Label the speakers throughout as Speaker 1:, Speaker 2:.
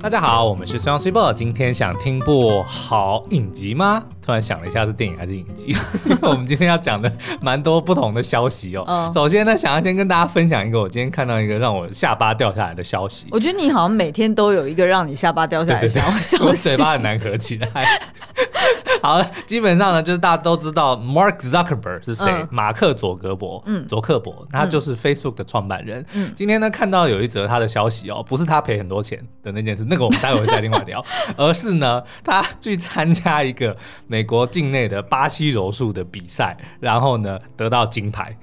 Speaker 1: 大家好，我们是孙杨碎报。今天想听部好影集吗？突然想了一下，是电影还是影集？因为我们今天要讲的蛮多不同的消息哦。
Speaker 2: 嗯
Speaker 1: 首先呢，想要先跟大家分享一个我今天看到一个让我下巴掉下来的消息。
Speaker 2: 我觉得你好像每天都有一个让你下巴掉下来的小消
Speaker 1: 我
Speaker 2: 息
Speaker 1: 嘴。 巴很难合起来。 好，基本上呢，就是大家都知道 Mark Zuckerberg 是谁，
Speaker 2: 嗯
Speaker 1: 马克·佐格伯，嗯，佐克伯，他就是 Facebook 的创办人。
Speaker 2: 嗯
Speaker 1: 今天呢，看到有一则他的消息哦，不是他赔很多钱的那件事，那个我们待会儿再另外 聊，而是呢，他去参加一个美国境内的巴西柔术的比赛，然后呢得到金牌。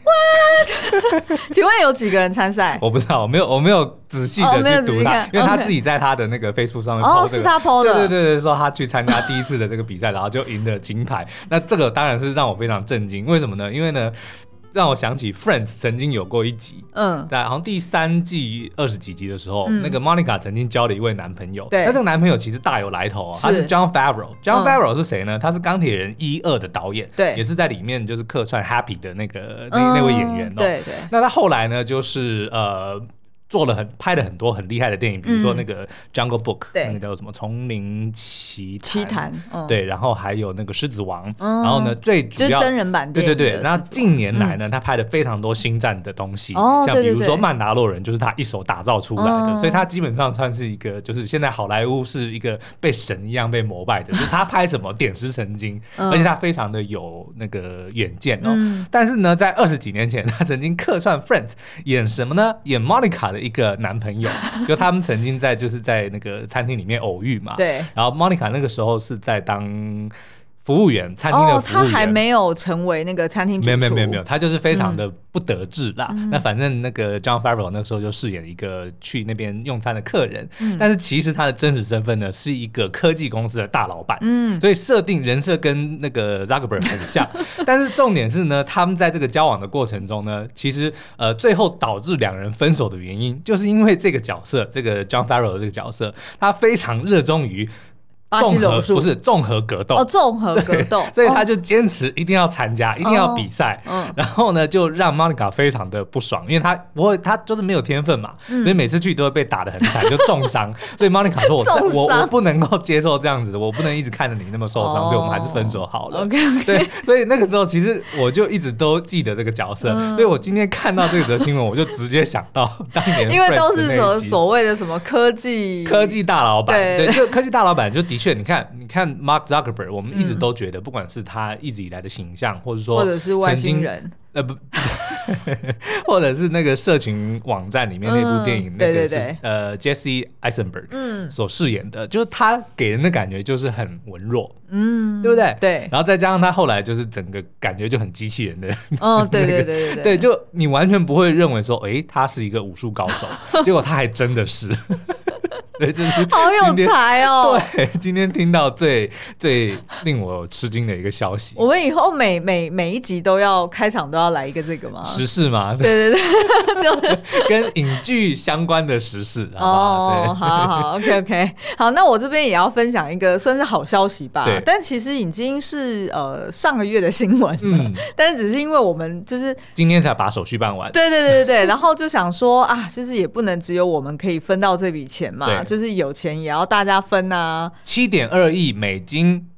Speaker 2: 请问有几个人参赛？
Speaker 1: 我不知道，我没有，我没有仔细
Speaker 2: 哦
Speaker 1: 的
Speaker 2: 没有
Speaker 1: 去
Speaker 2: 仔细
Speaker 1: 读他，
Speaker 2: 看
Speaker 1: 因为他
Speaker 2: OK
Speaker 1: 自己在他的那个 Facebook 上面
Speaker 2: 哦
Speaker 1: po 这个
Speaker 2: 是他 po 的
Speaker 1: 对对对对，说他去参加第一次的这个比赛，然后就赢得金牌。那这个当然是让我非常震惊，为什么呢？因为呢，让我想起 Friends 曾经有过一集。
Speaker 2: 嗯，
Speaker 1: 在好像第三季二十几集的时候，
Speaker 2: 嗯
Speaker 1: 那个 Monica 曾经交了一位男朋友，
Speaker 2: 对
Speaker 1: 那这个男朋友其实大有来头、哦，他是
Speaker 2: 是
Speaker 1: John Favreau。John
Speaker 2: 嗯
Speaker 1: Favreau 是谁呢？他是钢铁人一二的导演，
Speaker 2: 对
Speaker 1: 也是在里面就是客串 Happy 的那个那、那位演员哦
Speaker 2: 嗯。对对，
Speaker 1: 那他后来呢，就是呃。做了很拍了很多很厉害的电影，比如说那个《Jungle Book》，
Speaker 2: 嗯对
Speaker 1: 那个叫什么《丛林奇
Speaker 2: 七谈，嗯，，
Speaker 1: 对，然后还有那个《狮子王》
Speaker 2: 嗯
Speaker 1: 然后呢，最主
Speaker 2: 就是
Speaker 1: 要
Speaker 2: 真人版
Speaker 1: 对
Speaker 2: 电
Speaker 1: 对
Speaker 2: 影。
Speaker 1: 对，那
Speaker 2: 那
Speaker 1: 近年来呢，他拍了非常多星战的东西，
Speaker 2: 嗯哦
Speaker 1: 像
Speaker 2: 对
Speaker 1: 比
Speaker 2: 对
Speaker 1: 如说《
Speaker 2: 对
Speaker 1: 曼达洛人》就是他一手打造出来的，
Speaker 2: 嗯
Speaker 1: 所以他基本上算是一个，就是现在好莱坞是一个被神一样被膜拜的，就是他拍什么点石成金，
Speaker 2: 嗯
Speaker 1: 而且他非常的有那个远见哦。
Speaker 2: 嗯
Speaker 1: 但是呢，在二十几年前， 他曾经客串 Friends 演什么呢？演 Monica 的一个男朋 友，就他们曾经在就是在那个餐厅里面偶遇嘛，
Speaker 2: 对
Speaker 1: 然后 Monica 那个时候是在当服务员，餐厅的
Speaker 2: 哦，
Speaker 1: 服务
Speaker 2: 他
Speaker 1: 员。
Speaker 2: 还没有成为那个餐厅主
Speaker 1: 没有
Speaker 2: 厨，
Speaker 1: 没有没有没有，他就是非
Speaker 2: 嗯
Speaker 1: 常的不得志啦。那反正那个 John Favreau 那时候就饰演一个去那边用餐的客人，
Speaker 2: 嗯
Speaker 1: 但是其实他的真实身份呢是一个科技公司的大老板。
Speaker 2: 嗯
Speaker 1: 所以设定人设跟那个 Zuckerberg 很 像，但是重点是呢，他们在这个交往的过程中呢，其实呃，最后导致两人分手的原因，就是因为这个角色，这个 John Farrow 的这个角色，他非常热衷于
Speaker 2: 巴西
Speaker 1: 综合
Speaker 2: 柔术
Speaker 1: 不是综合格斗
Speaker 2: 哦，综合格斗，
Speaker 1: 所以他
Speaker 2: 哦
Speaker 1: 就坚持一定要参加，一定要比赛。
Speaker 2: 嗯
Speaker 1: 然后呢，就让 Monica 非常的不爽，因为他我他就是没有天分嘛，
Speaker 2: 嗯
Speaker 1: 所以每次去都会被打的很惨，就重伤。所以 Monica 说我再：“
Speaker 2: 重
Speaker 1: 我
Speaker 2: 伤
Speaker 1: 我不能够接受这样子的，我不能一直看着你那么受伤，
Speaker 2: 哦
Speaker 1: 所以我们还是分手好了。
Speaker 2: OK，
Speaker 1: 对，所以那个时候其实我就一直都记得这个角色，
Speaker 2: 嗯
Speaker 1: 所以我今天看到这则新闻，我就直接想到当年
Speaker 2: 因为都
Speaker 1: Friends
Speaker 2: 是
Speaker 1: 那一
Speaker 2: 所
Speaker 1: 集
Speaker 2: 所谓的什么科技
Speaker 1: 科技大老板，
Speaker 2: 对
Speaker 1: 对，就科技大老板就的确，你看，你看 Mark Zuckerberg，我们一直都觉得，不管是他一直以来的形象，或者说
Speaker 2: 嗯或者是外星
Speaker 1: 曾经，
Speaker 2: 人，
Speaker 1: 呃不， 或者是那个社群网站里面那部电影，
Speaker 2: 嗯
Speaker 1: 那个
Speaker 2: 对对
Speaker 1: 是
Speaker 2: 对
Speaker 1: 呃 Jesse Eisenberg，
Speaker 2: 嗯
Speaker 1: 所饰演的，就是他给人的感觉就是很文弱，
Speaker 2: 嗯，
Speaker 1: 对不对？
Speaker 2: 对，
Speaker 1: 然后再加上他后来就是整个感觉就很机器人的
Speaker 2: 嗯，对对对 对
Speaker 1: 对，就你完全不会认为说，诶，他是一个武术高手， 结果他还真的是。 对，这是
Speaker 2: 好
Speaker 1: 今
Speaker 2: 有
Speaker 1: 天
Speaker 2: 才哦。
Speaker 1: 对，今天听到最最令我吃惊的一个消息，
Speaker 2: 我们以后每每每一集都要开场都要来一个这个吗？
Speaker 1: 时事嘛，
Speaker 2: 对对对， 就
Speaker 1: 跟影剧相关的时事，好不好？
Speaker 2: 哦，好好好，OK OK，好，那我这边也要分享一个算是好消息吧
Speaker 1: 对，
Speaker 2: 但其实已经是呃上个月的新闻
Speaker 1: 对，
Speaker 2: 了，
Speaker 1: 嗯，
Speaker 2: 但是只是因为我们就是
Speaker 1: 今天才把手续办完，
Speaker 2: 对对对对 对，然后就想说啊，就是也不能只有我们可以分到这笔钱嘛，
Speaker 1: 对
Speaker 2: 就是有钱也要大家分啊，
Speaker 1: 七点二亿美 金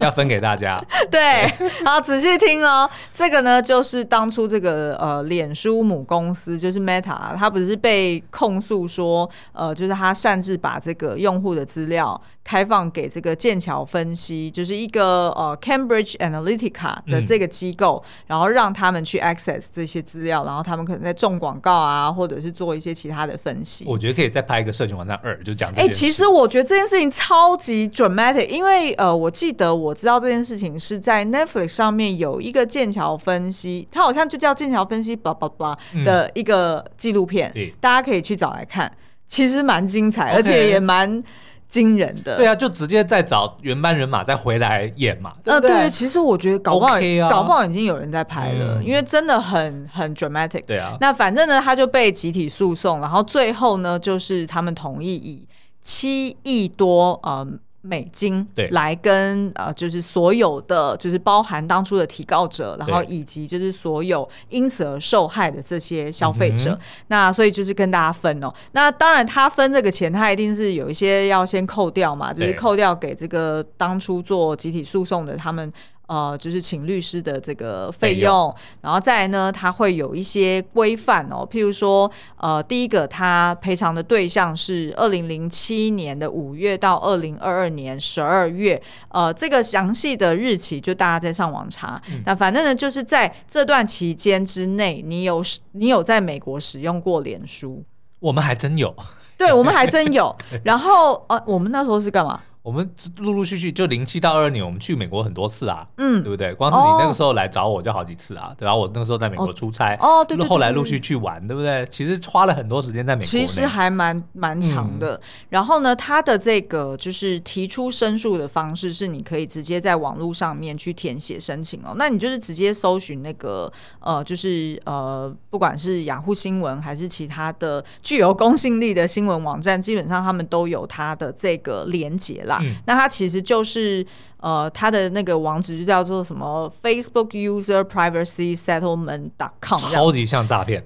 Speaker 1: 要分给大家，
Speaker 2: 对，好，仔细听哦。这个呢，就是当初这个呃，脸书母公司就是 Meta，它不是被控诉说，呃，就是它擅自把这个用户的资料开放给这个剑桥分析，就是一个呃 Cambridge Analytica 的这个机构，然后让他们去 access 这些资料，然后他们可能在种广告啊，或者是做一些其他的分析。
Speaker 1: 我觉得可以再拍一个社群网站二，就讲这
Speaker 2: 哎、
Speaker 1: 件事。
Speaker 2: 其实我觉得这件事情超级 dramatic，因为呃，我记得我知道这件事情是在 Netflix 上面有一个剑桥分析，它好像就叫剑桥分析 blah blah blah 的一个纪录片，
Speaker 1: 嗯对
Speaker 2: 大家可以去找来看，其实蛮精彩
Speaker 1: OK
Speaker 2: 而且也蛮惊人的。
Speaker 1: 对
Speaker 2: 啊，
Speaker 1: 啊，就直接再找原班人马再回来演嘛，对
Speaker 2: 呃，
Speaker 1: 不对？
Speaker 2: 对，其实我觉得搞不好
Speaker 1: OK 啊
Speaker 2: 搞不好已经有人在拍了，
Speaker 1: 嗯
Speaker 2: 因为真的很很 dramatic。
Speaker 1: 对啊，
Speaker 2: 那反正呢，他就被集体诉讼，然后最后呢，就是他们同意以七亿多呃美金，
Speaker 1: 对
Speaker 2: 来跟呃，就是所有的，就是包含当初的提告者，然后
Speaker 1: 对
Speaker 2: 以及就是所有因此而受害的这些消费
Speaker 1: 嗯
Speaker 2: 者。那所以就是跟大家分哦。那当然，他分这个钱，他一定是有一些要先扣掉嘛，就是
Speaker 1: 对
Speaker 2: 扣掉给这个当初做集体诉讼的他们。呃，就是请律师的这个
Speaker 1: 费
Speaker 2: 费用，
Speaker 1: 用
Speaker 2: 然后再来呢，它会有一些规范哦，譬如说，呃，第一个，它赔偿的对象是二零零七年的五月到二零二二年十二月，呃，这个详细的日期就大家再上网查。那反正呢，就是在这段期间之内，你有使你有在美国使用过脸书？
Speaker 1: 我们还真有，
Speaker 2: 对，我们还真有。然后呃，我们那时候是干嘛？
Speaker 1: 我们陆陆续续就零七到二二年，我们去美国很多次啊，
Speaker 2: 嗯
Speaker 1: 对不对？光是你那个时候来找我就好几次啊，对吧？我那个时候在美国出差，
Speaker 2: 哦对对对
Speaker 1: 后来陆续去玩，对不对？其实花了很多时间在美国嗯呢，
Speaker 2: 其实还蛮蛮长的。然后呢，他的这个就是提出申诉的方式是，你可以直接在网络上面去填写申请哦。那你就是直接搜寻那个呃，就是呃，不管是雅虎新闻还是其他的具有公信力的新闻网站，基本上他们都有它的这个连接
Speaker 1: 嗯
Speaker 2: 啦。那它其实就是呃，它的那个网址就叫做什么 Facebook User Privacy Settlement dot com，这样
Speaker 1: 超级像诈骗，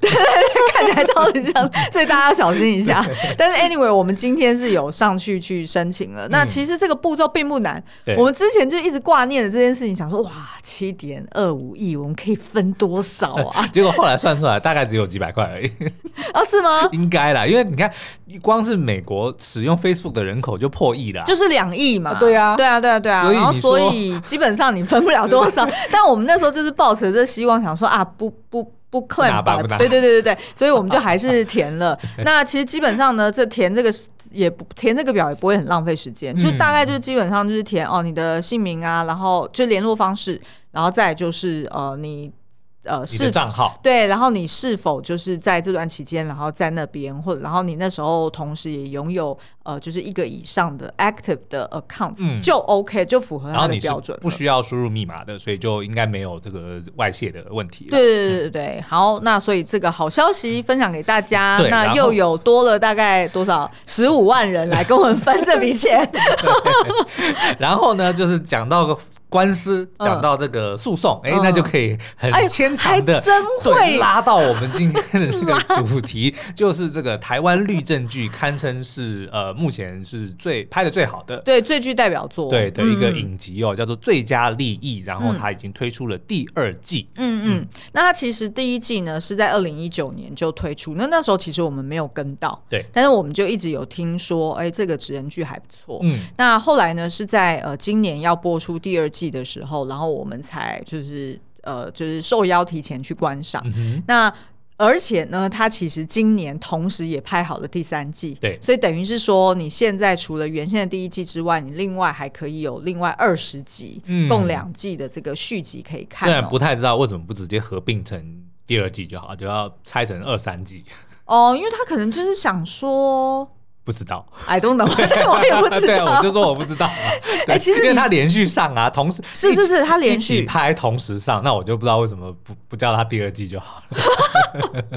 Speaker 2: 看起来超级像，所以大家要小心一下。但是 anyway，我们今天是有上去去申请了。那其实这个步骤并不难，
Speaker 1: 对
Speaker 2: 我们之前就一直挂念的这件事情，想说哇，七点二五亿，我们可以分多少
Speaker 1: ？
Speaker 2: 啊
Speaker 1: 结果后来算出来大概只有几百块而已，
Speaker 2: 啊，是 吗？
Speaker 1: 应该啦，因为你看，光是美国使用 Facebook 的人口就破亿了啊、
Speaker 2: 就是两亿嘛，
Speaker 1: 对啊
Speaker 2: 对啊，对啊，对啊。
Speaker 1: 所以
Speaker 2: 然后，
Speaker 1: 你说
Speaker 2: 所以基本上你分不了多 少。但我们那时候就是抱持着希望，想说啊，不不不 claim
Speaker 1: 拿吧
Speaker 2: 吧
Speaker 1: 不，拿
Speaker 2: 对对对对对，所以我们就还是填 了。那其实基本上呢，这填这个也不填这个表也不会很浪费时间，就
Speaker 1: 嗯
Speaker 2: 大概就是基本上就是填哦你的姓名啊，然后就联络方式，然后再来就是呃你呃
Speaker 1: 你
Speaker 2: 是
Speaker 1: 的账号，
Speaker 2: 对，然后你是否就是在这段期间，然后在那边，或者然后你那时候同时也拥有呃，就是一个以上的 active 的 accounts，、
Speaker 1: 嗯
Speaker 2: 就 OK，就符合
Speaker 1: 然
Speaker 2: 它
Speaker 1: 后
Speaker 2: 的
Speaker 1: 你是
Speaker 2: 标准了。
Speaker 1: 不需要输入密码的，所以就应该没有这个外泄的问题啦。
Speaker 2: 对对对
Speaker 1: 嗯
Speaker 2: 对对，好，那所以这个好消息分享给大家
Speaker 1: 对，然
Speaker 2: 那
Speaker 1: 后
Speaker 2: 又有多了大概多少十五万人来跟我们分这笔 钱，
Speaker 1: 然后呢，就是讲到官司，
Speaker 2: 嗯
Speaker 1: 讲到这个诉讼，哎、
Speaker 2: 嗯
Speaker 1: 那就可以很
Speaker 2: 哎呦
Speaker 1: 牵强的、
Speaker 2: 还真
Speaker 1: 对
Speaker 2: 会
Speaker 1: 拉到我们今天的这个主题， 就是这个台湾律政剧堪称是呃目前是最拍的最好的。
Speaker 2: 对，最具代表作，
Speaker 1: 对的一个
Speaker 2: 嗯
Speaker 1: 影集哦，叫做《最佳利益》，然后
Speaker 2: 嗯
Speaker 1: 它已经推出了第二季。
Speaker 2: 嗯嗯，那它其实第一季呢是在二零一九年就推出，那那时候其实我们没有跟到，
Speaker 1: 对
Speaker 2: 但是我们就一直有听说，哎、这个职人剧还不错。
Speaker 1: 嗯，
Speaker 2: 那后来呢是在呃今年要播出第二季的时候，然后我们才就是呃就是受邀提前去观赏。
Speaker 1: 嗯哼，
Speaker 2: 那而且呢，它其实今年同时也拍好了第三季，
Speaker 1: 对
Speaker 2: 所以等于是说，你现在除了原先的第一季之外，你另外还可以有另外二十集，
Speaker 1: 嗯
Speaker 2: 共两季的这个续集可以看、
Speaker 1: 虽
Speaker 2: 哦。
Speaker 1: 然不太知道为什么不直接合并成第二季就好，就要拆成二三季，
Speaker 2: 哦，因为他可能就是想说
Speaker 1: 不知道。哎
Speaker 2: ，I don't know，我 也不知
Speaker 1: 对，啊我
Speaker 2: 道。
Speaker 1: 就说我不知道 嘛。对
Speaker 2: 哎其实
Speaker 1: 因为
Speaker 2: 你
Speaker 1: 它连续上啊，同时
Speaker 2: 是是是，他
Speaker 1: 一
Speaker 2: 连
Speaker 1: 起
Speaker 2: 续，
Speaker 1: 拍同时上，那我就不知道为什么不不叫它第二季就好了。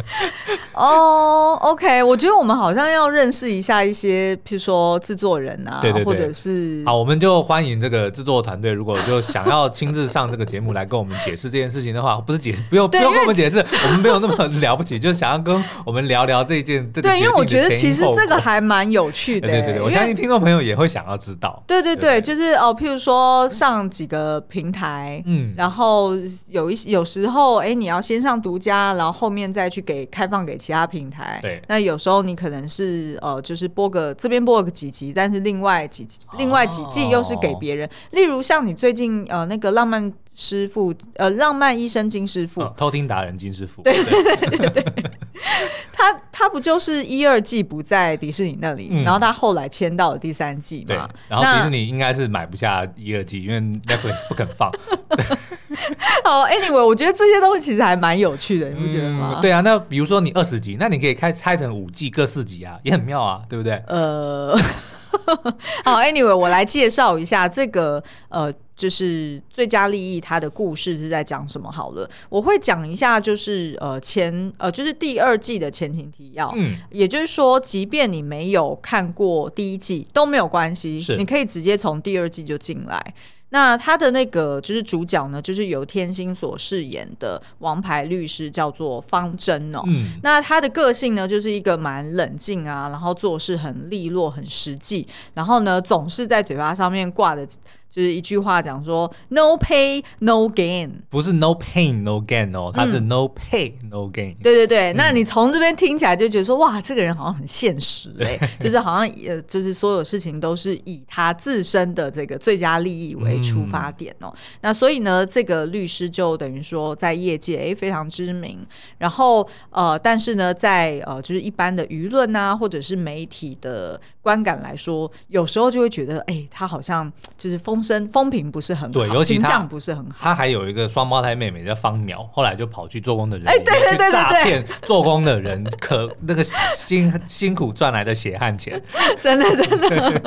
Speaker 2: 哦、o k 我觉得我们好像要认识一下一些，譬如说制作人啊，
Speaker 1: 对对对
Speaker 2: 或者是
Speaker 1: 好，我们就欢迎这个制作团队，如果就想要亲自上这个节目来跟我们解释这件事情的话，不 是解不用不
Speaker 2: 对
Speaker 1: 用
Speaker 2: 因为
Speaker 1: 跟我们解释，我们没有那么了不起， 就想要跟我们聊聊这一件这个
Speaker 2: 对，因为我觉得
Speaker 1: 决定的前
Speaker 2: 其
Speaker 1: 因
Speaker 2: 实这个
Speaker 1: 后果
Speaker 2: 还蛮有趣的、欸
Speaker 1: 对对对，我
Speaker 2: 因为
Speaker 1: 相信听众朋友也会想要知道。
Speaker 2: 对对
Speaker 1: 对
Speaker 2: 对，
Speaker 1: 不
Speaker 2: 就是哦，譬如说上几个平台，
Speaker 1: 嗯，
Speaker 2: 然后有一些有时候，哎，你要先上独家，然后后面再去给开放给其他平台。
Speaker 1: 对
Speaker 2: 那有时候你可能是呃，就是播个这边播个几集，但是另外几集
Speaker 1: 哦
Speaker 2: 另外几季又是给别人。例如像你最近呃那个浪漫师傅呃浪漫医生金师傅，
Speaker 1: 嗯偷听达人金师傅，对对
Speaker 2: 他他不就是一二季不在迪士尼那里，
Speaker 1: 嗯
Speaker 2: 然后他后来签到了第三季 嘛？
Speaker 1: 然后
Speaker 2: 那
Speaker 1: 迪士尼应该是买不下一二 季，因为 Netflix 不肯放。
Speaker 2: 好，Anyway，我觉得这些东西其实还蛮有趣的， 你不觉得吗？
Speaker 1: 嗯？对啊，那比如说你二十集，那你可以开拆成五季各四集啊，也很妙啊，对不对？
Speaker 2: 呃， 好，Anyway，我来介绍一下这个呃，就是最佳利益它的故事是在讲什么好了。我会讲一下，就是呃前呃就是第二季的前情提要。
Speaker 1: 嗯，
Speaker 2: 也就是说，即便你没有看过第一季都没有关系
Speaker 1: 是，
Speaker 2: 你可以直接从第二季就进来。那他的那个就是主角呢，就是由天心所饰演的王牌律师，叫做方针哦。
Speaker 1: 嗯，
Speaker 2: 那他的个性呢，就是一个蛮冷静啊，然后做事很利落、很实际，然后呢，总是在嘴巴上面挂的，就是一句话讲说 “no pay no gain”。
Speaker 1: 不是 no pain no gain 哦，它是
Speaker 2: 嗯
Speaker 1: no pay no gain。
Speaker 2: 对对
Speaker 1: 嗯
Speaker 2: 对，那你从这边听起来就觉得说，哇，这个人好像很现实 哎、就是好像呃，就是所有事情都是以他自身的这个最佳利益为出发点哦、那所以呢，这个律师就等于说在业界哎非常知名，然后呃，但是呢，在呃就是一般的舆论啊，或者是媒体的观感来说，有时候就会觉得哎，他好像就是风声风评不是很好，
Speaker 1: 对尤其
Speaker 2: 形
Speaker 1: 他
Speaker 2: 象不是很好。
Speaker 1: 他还有一个双胞胎妹妹叫方苗，后来就跑去做工的人，
Speaker 2: 哎对对对对对
Speaker 1: 去诈骗做工的人，可 那个辛辛苦赚来的血汗钱，
Speaker 2: 真的真的。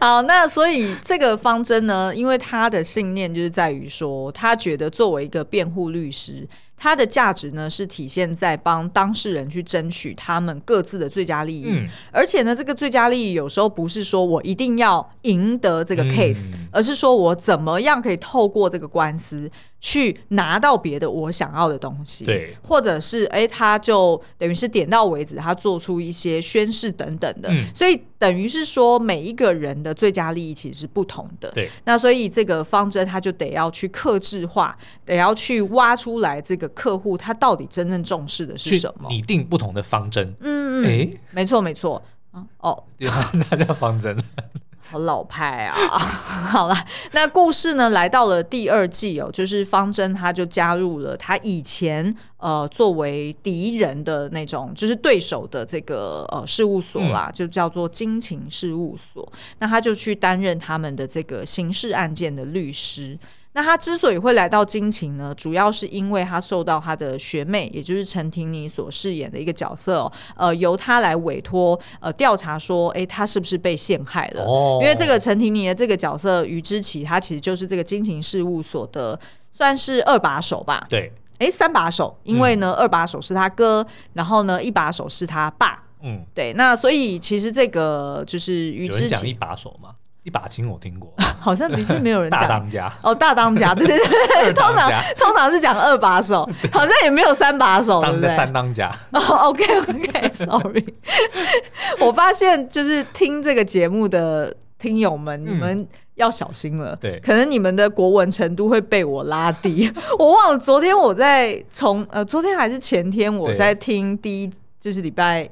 Speaker 2: 好，那所以这个方针呢，因为他的信念就是在于说，他觉得作为一个辩护律师，他的价值呢是体现在帮当事人去争取他们各自的最佳利益。
Speaker 1: 嗯，
Speaker 2: 而且呢，这个最佳利益有时候不是说我一定要赢得这个
Speaker 1: 嗯
Speaker 2: case，、而是说我怎么样可以透过这个官司去拿到别的我想要的东西，
Speaker 1: 对，
Speaker 2: 或者是哎、他就等于是点到为止，他做出一些宣誓等等的，
Speaker 1: 嗯
Speaker 2: 所以等于是说每一个人的最佳利益其实是不同的，
Speaker 1: 对，
Speaker 2: 那所以这个方针他就得要去克制化，得要去挖出来这个客户他到底真正重视的是
Speaker 1: 去
Speaker 2: 什么，
Speaker 1: 拟定不同的方针。
Speaker 2: 嗯嗯，
Speaker 1: 哎、
Speaker 2: 没错没错。啊哦，
Speaker 1: 那叫方针，
Speaker 2: 好老派啊！ 好了，那故事呢来到了第二季哦，就是方针他就加入了他以前呃作为敌人的那种，就是对手的这个呃事务所啦，就叫做金情事务所。那他就去担任他们的这个刑事案件的律师。那他之所以会来到金琴呢，主要是因为他受到他的学妹，也就是陈婷妮所饰演的一个角色、哦，呃，由他来委托呃调查说，诶，他是不是被陷害了？
Speaker 1: 哦
Speaker 2: 因为这个陈婷妮的这个角色于之琪，她其实就是这个金琴事务所的算是二把手吧，
Speaker 1: 对，
Speaker 2: 诶，三把手，因为
Speaker 1: 嗯
Speaker 2: 呢、二把手是他哥，然后呢一把手是他爸。
Speaker 1: 嗯，
Speaker 2: 对，那所以其实这个就是于
Speaker 1: 有
Speaker 2: 之
Speaker 1: 人讲
Speaker 2: 琪，
Speaker 1: 一把手嘛，一把青我听过，
Speaker 2: 好像的确没有 人
Speaker 1: 大
Speaker 2: 讲
Speaker 1: 当 家，
Speaker 2: 哦，大当家，对对对，
Speaker 1: 二
Speaker 2: 通
Speaker 1: 当
Speaker 2: 常
Speaker 1: 家，
Speaker 2: 通常是讲二 把手，好像也没有三把手，哦对不
Speaker 1: 当的
Speaker 2: 对？
Speaker 1: 三当家，
Speaker 2: 哦、o k OK，Sorry，我发现就是听这个节目的听友们，你们要小心了。
Speaker 1: 嗯对
Speaker 2: 可能你们的国文程度会被我拉低。 我忘了昨天我在从呃，昨天还是前天我
Speaker 1: 对
Speaker 2: 在听第一，就是礼拜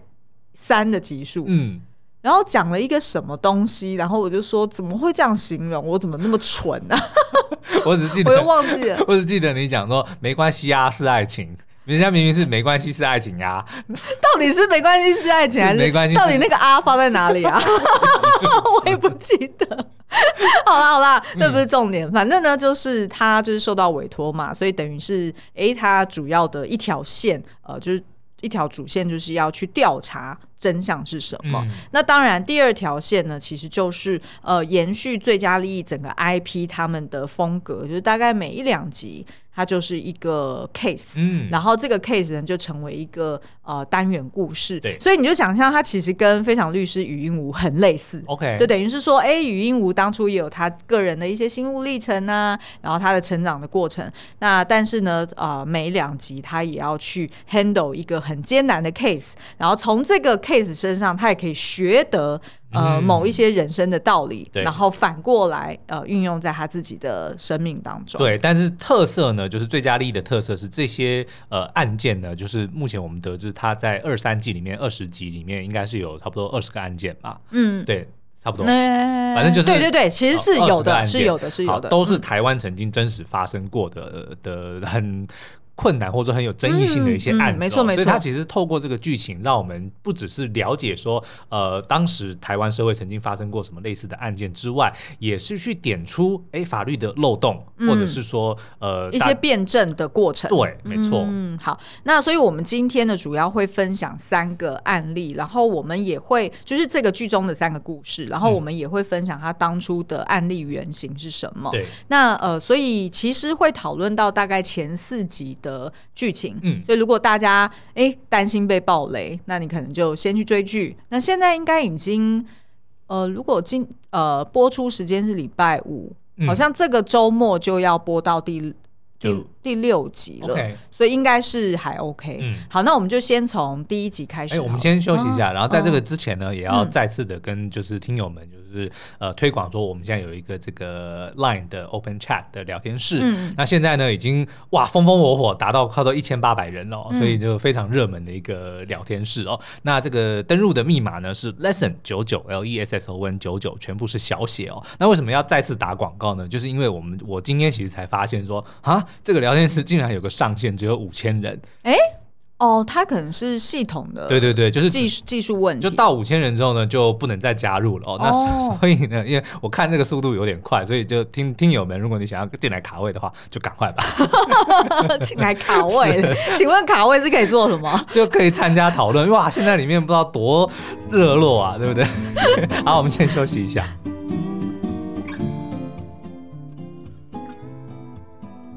Speaker 2: 三的集数，
Speaker 1: 嗯，
Speaker 2: 然后讲了一个什么东西，然后我就说怎么会这样形容？我怎么那么蠢 啊？
Speaker 1: 我只记
Speaker 2: 我又
Speaker 1: 得，
Speaker 2: 忘记了。
Speaker 1: 我只记得你讲说没关系呀、啊，是爱情。人家明明是没关系是爱情啊呀、
Speaker 2: 到底是没关系是爱情还是
Speaker 1: 是没关系
Speaker 2: 到底那个啊放在哪里啊？ 我也不记得。 好啦好啦，
Speaker 1: 嗯
Speaker 2: 那不是重点，反正呢就是他就是受到委托嘛，所以等于是诶、他主要的一条线，呃，就是一条主线就是要去调查真相是什么。
Speaker 1: 嗯
Speaker 2: 那当然，第二条线呢，其实就是呃延续最佳利益整个 IP 他们的风格，就是大概每一两集它就是一个 case，
Speaker 1: 嗯，
Speaker 2: 然后这个 case 呢就成为一个呃单元故事，
Speaker 1: 对
Speaker 2: 所以你就想象它其实跟《非常律师语音无》很类似。
Speaker 1: OK，
Speaker 2: 就等于是说，哎、语音无当初也有他个人的一些心路历程啊，然后他的成长的过程。那但是呢，呃，每两集他也要去 handle 一个很艰难的 case，然后从这个 case 身上，他也可以学得呃、
Speaker 1: 嗯
Speaker 2: 某一些人生的道理，
Speaker 1: 对
Speaker 2: 然后反过来呃运用在他自己的生命当中。
Speaker 1: 对，但是特色呢，就是最佳利益的特色是这些呃案件呢，就是目前我们得知它在二三季里面二十集里面应该是有差不多二十个案件吧，
Speaker 2: 嗯，
Speaker 1: 对，差不多。
Speaker 2: 那
Speaker 1: 反正就是
Speaker 2: 对对对，其实是
Speaker 1: 哦
Speaker 2: 有
Speaker 1: 20个
Speaker 2: 的，嗯
Speaker 1: 案件
Speaker 2: 是有的，是有
Speaker 1: 好，
Speaker 2: 的，
Speaker 1: 都是台湾曾经真实发生过的、呃的很。困难或者说很有争议性的一些
Speaker 2: 嗯嗯
Speaker 1: 案子哦、
Speaker 2: 没错没
Speaker 1: 所以它
Speaker 2: 错
Speaker 1: 其实透过这个剧情，让我们不只是了解说，呃，当时台湾社会曾经发生过什么类似的案件之外，也是去点出哎法律的漏洞，或者
Speaker 2: 嗯
Speaker 1: 是说呃
Speaker 2: 一
Speaker 1: 大
Speaker 2: 些辩证的过程。
Speaker 1: 对，没错，
Speaker 2: 嗯，好，那所以我们今天呢，主要会分享三个案例，然后我们也会就是这个剧中的三个故事，然后
Speaker 1: 嗯
Speaker 2: 我们也会分享他当初的案例原型是什么。
Speaker 1: 对，
Speaker 2: 那呃，所以其实会讨论到大概前四集的剧情，
Speaker 1: 嗯
Speaker 2: 所以如果大家诶担心被暴雷，那你可能就先去追剧。那现在应该已经呃，如果今呃播出时间是礼拜五，
Speaker 1: 嗯
Speaker 2: 好像这个周末就要播到第
Speaker 1: 就
Speaker 2: 第第六集了
Speaker 1: OK
Speaker 2: 所以应该是还 OK。
Speaker 1: 嗯
Speaker 2: 好，那我们就先从第一集开始
Speaker 1: 哎、
Speaker 2: 好了。
Speaker 1: 我们先休息一下，然后在这个
Speaker 2: 哦
Speaker 1: 之前呢，也要
Speaker 2: 嗯
Speaker 1: 再次的跟就是听友们就是呃推广说，我们现在有一个这个 Line 的 Open Chat 的聊天室，
Speaker 2: 嗯
Speaker 1: 那现在呢已经哇风风火火达到快到一千八百人了哦、
Speaker 2: 嗯
Speaker 1: 所以就非常热门的一个聊天室哦。那这个登入的密码呢是 Lesson 九九 L E S S O N 九九，全部是小写哦。那为什么要再次打广告呢？就是因为我们我今天其实才发现说啊，这个聊天室竟然有个上限只有五千人，
Speaker 2: 哦，它可能是系统的
Speaker 1: 对对对，就是
Speaker 2: 技术技术问题，
Speaker 1: 就到五千人之后呢，就不能再加入了哦。那所
Speaker 2: 哦
Speaker 1: 所以呢，因为我看这个速度有点快，所以就听听友们，如果你想要进来卡位的话，就赶快吧，
Speaker 2: 请来卡位。请问卡位是可以做什么？
Speaker 1: 就可以参加讨论。哇，现在里面不知道多热络啊，对不 对？好，我们先休息一下。
Speaker 2: 嗯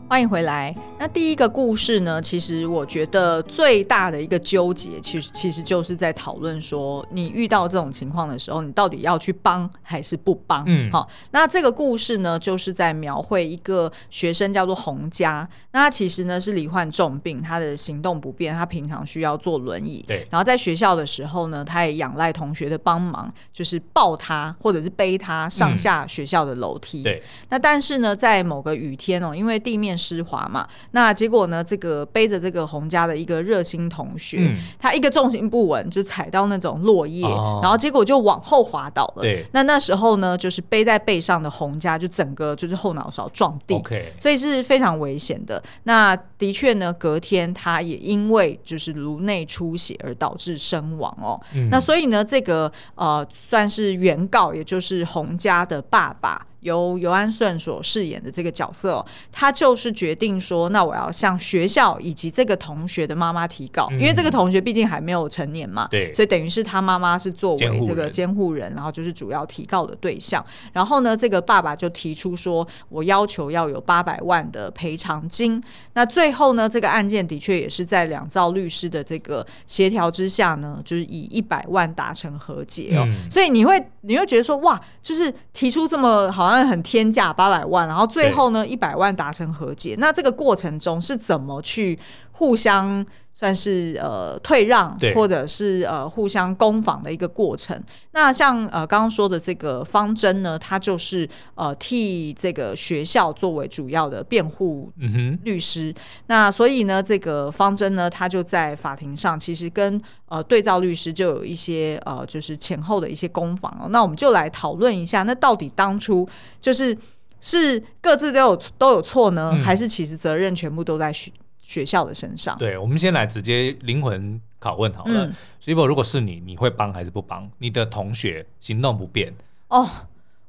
Speaker 2: 欢迎回来。那第一个故事呢，其实我觉得最大的一个纠结，其实其实就是在讨论说，你遇到这种情况的时候，你到底要去帮还是不帮？
Speaker 1: 嗯
Speaker 2: 好、那这个故事呢，就是在描绘一个学生叫做洪佳，那他其实呢是罹患重病，他的行动不便，他平常需要坐轮椅。
Speaker 1: 对
Speaker 2: 然后在学校的时候呢，他也仰赖同学的帮忙，就是抱他或者是背他上下学校的楼 梯。
Speaker 1: 嗯对，
Speaker 2: 那但是呢，在某个雨天哦，因为地面湿滑嘛，那结果呢，这个背着这个洪家的一个热心同学，
Speaker 1: 嗯
Speaker 2: 他一个重心不稳就踩到那种落叶，
Speaker 1: 哦
Speaker 2: 然后结果就往后滑倒了。
Speaker 1: 对
Speaker 2: 那那时候呢，就是背在背上的洪家就整个就是后脑勺撞地。
Speaker 1: ，OK，
Speaker 2: 所以是非常危险的。那的确呢，隔天他也因为就是颅内出血而导致身亡哦。
Speaker 1: 嗯
Speaker 2: 那所以呢，这个呃算是原告，也就是洪家的爸爸。由尤安顺所饰演的这个角色哦、他就是决定说，那我要向学校以及这个同学的妈妈提告，
Speaker 1: 嗯
Speaker 2: 因为这个同学毕竟还没有成年嘛，
Speaker 1: 对
Speaker 2: 所以等于是他妈妈是作
Speaker 1: 监
Speaker 2: 为
Speaker 1: 护
Speaker 2: 这个
Speaker 1: 人
Speaker 2: 监护人，然后就是主要提告的对象。然后呢，这个爸爸就提出说，我要求要有八百万的赔偿金。那最后呢，这个案件的确也是在两造律师的这个协调之下呢，就是以一百万达成和解哦。
Speaker 1: 嗯
Speaker 2: 所以你会你会觉得说，哇，就是提出这么好像很天价八百万，然后最后呢一百万达成和解，那这个过程中是怎么去互相？算是呃退让
Speaker 1: 对，
Speaker 2: 或者是呃互相攻防的一个过程。那像呃刚刚说的这个方针呢，他就是呃替这个学校作为主要的辩护
Speaker 1: 嗯哼，
Speaker 2: 律师。那所以呢，这个方针呢，他就在法庭上其实跟呃对照律师就有一些呃就是前后的一些攻防哦。那我们就来讨论一下，那到底当初就是是各自都有都有错呢，
Speaker 1: 嗯
Speaker 2: 还是其实责任全部都在学学校的身上？
Speaker 1: 对，我们先来直接灵魂拷问好了
Speaker 2: 嗯。
Speaker 1: 所以，如果是你，你会帮还是不帮？你的同学行动不便，
Speaker 2: 哦，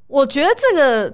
Speaker 2: 我觉得这个，